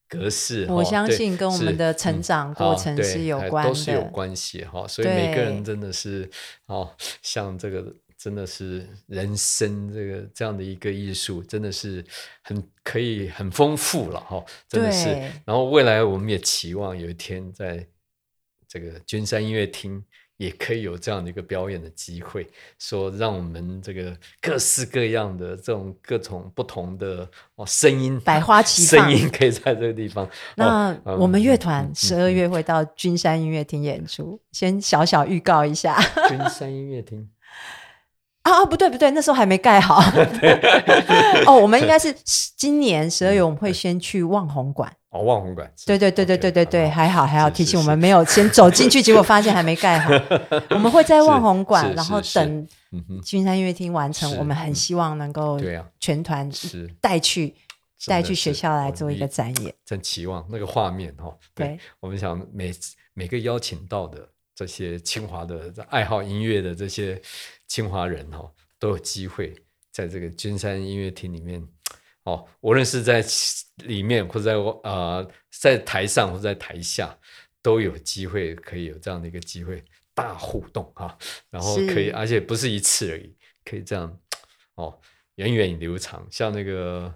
Speaker 1: 格式，
Speaker 2: 我
Speaker 1: 哦
Speaker 2: 相
Speaker 1: 对
Speaker 2: 信跟我
Speaker 1: 是
Speaker 2: 们的
Speaker 1: 嗯
Speaker 2: 成长
Speaker 1: 好
Speaker 2: 过程
Speaker 1: 对
Speaker 2: 是有
Speaker 1: 哎
Speaker 2: 关
Speaker 1: 都是有
Speaker 2: 的。
Speaker 1: 关系哈、所以每个
Speaker 2: 对
Speaker 1: 人真的是哦，像这个真的是人生这个这样的一个艺术，真的是很可以很丰富了哈、真的是
Speaker 2: 对。
Speaker 1: 然后未来我们也期望有一天在这个君山音乐厅。也可以有这样的一个表演的机会，说让我们这个各式各样的这种各种不同的哦声音，
Speaker 2: 百花齐放
Speaker 1: 声音可以在这个地方。
Speaker 2: 那
Speaker 1: 哦嗯
Speaker 2: 我们乐
Speaker 1: 嗯
Speaker 2: 团
Speaker 1: 嗯
Speaker 2: 十二月会到君山音乐厅演出，先小小预告一下
Speaker 1: 君山音乐厅，
Speaker 2: 啊啊，不对不对，那时候还没 盖好。 哦，我们应该是今年十二月我们会先去望红馆。
Speaker 1: 哦，望红馆，是
Speaker 2: 对对对对
Speaker 1: OK，
Speaker 2: 对对对，
Speaker 1: 嗯很好
Speaker 2: 还好还好，
Speaker 1: 是
Speaker 2: 提
Speaker 1: 是
Speaker 2: 醒我
Speaker 1: 是
Speaker 2: 们没有先走进去，结果发现还没盖好。 我们会在望红
Speaker 1: 是
Speaker 2: 馆，
Speaker 1: 是
Speaker 2: 然后
Speaker 1: 是
Speaker 2: 等
Speaker 1: 嗯哼，
Speaker 2: 君山音乐厅完成
Speaker 1: 是，
Speaker 2: 我们很希望能够
Speaker 1: 对啊，
Speaker 2: 全团
Speaker 1: 是
Speaker 2: 带去带
Speaker 1: 真的
Speaker 2: 去学
Speaker 1: 是
Speaker 2: 校来
Speaker 1: 我
Speaker 2: 做一
Speaker 1: 理
Speaker 2: 个展演。
Speaker 1: 真期望那个画面哦。
Speaker 2: 对
Speaker 1: 我们想每次每个邀请到的这些清华的爱好音乐的这些清华人哦，都有机会在这个君山音乐厅里面哦，无论是在里面或者在呃在台上或者在台下，都有机会可以有这样的一个机会大互动啊，然后可以，
Speaker 2: 是
Speaker 1: 而且不是一次而已，可以这样哦，源远流长，像那个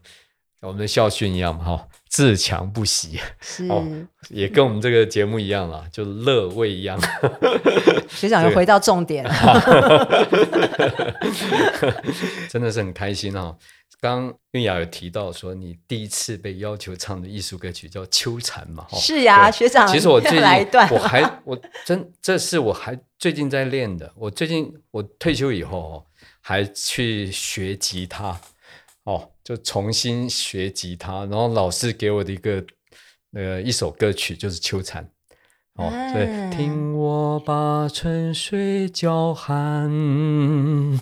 Speaker 1: 我们的校训一样嘛，哈、哦自强不息，
Speaker 2: 是
Speaker 1: 哦也跟我们这个节目一样啦，就乐味一样，
Speaker 2: 学长又
Speaker 1: 这个
Speaker 2: 回到重点了。
Speaker 1: 真的是很开心哦。刚韵雅有提到说，你第一次被要求唱的艺术歌曲叫《秋蝉》嘛，哈、
Speaker 2: 是呀，
Speaker 1: 哦对
Speaker 2: 学长，
Speaker 1: 其实我
Speaker 2: 再
Speaker 1: 最近
Speaker 2: 啊来一段
Speaker 1: 我还我真这是我还最近在练的。我最近我退休以后哦，还去学吉他哦，就重新学吉他。然后老师给我的一个呃一首歌曲就是《秋蝉》。哦，对，
Speaker 2: 啊
Speaker 1: 听我把春水叫喊，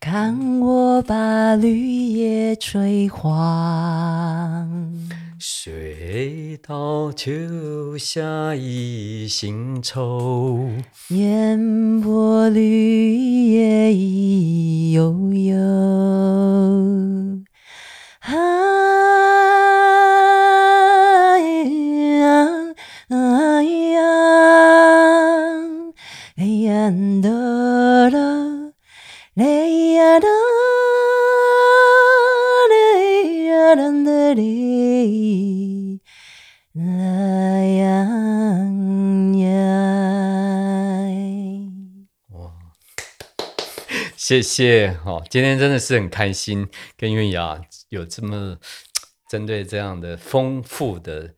Speaker 2: 看我把绿叶吹黄，
Speaker 1: 水到秋下一新愁。
Speaker 2: 烟波绿叶意悠悠。啊呀啊呀，哎呀哆啦，哎呀哆哎呀哆哆哩，啦呀呀。
Speaker 1: 谢谢哦，今天真的是很开心，跟韵雅有这么针对这样的丰富的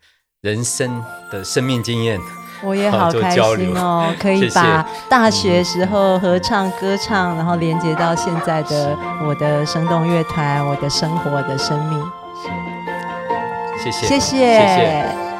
Speaker 1: 人生的生命经验，
Speaker 2: 我也
Speaker 1: 好
Speaker 2: 好
Speaker 1: 做
Speaker 2: 开
Speaker 1: 交流
Speaker 2: 心哦，可
Speaker 1: 谢
Speaker 2: 以
Speaker 1: 谢
Speaker 2: 把大学时候合唱、歌唱，然后连接到现在的我的生动乐团、我的生活、我的生命。
Speaker 1: 谢谢，
Speaker 2: 谢
Speaker 1: 谢谢。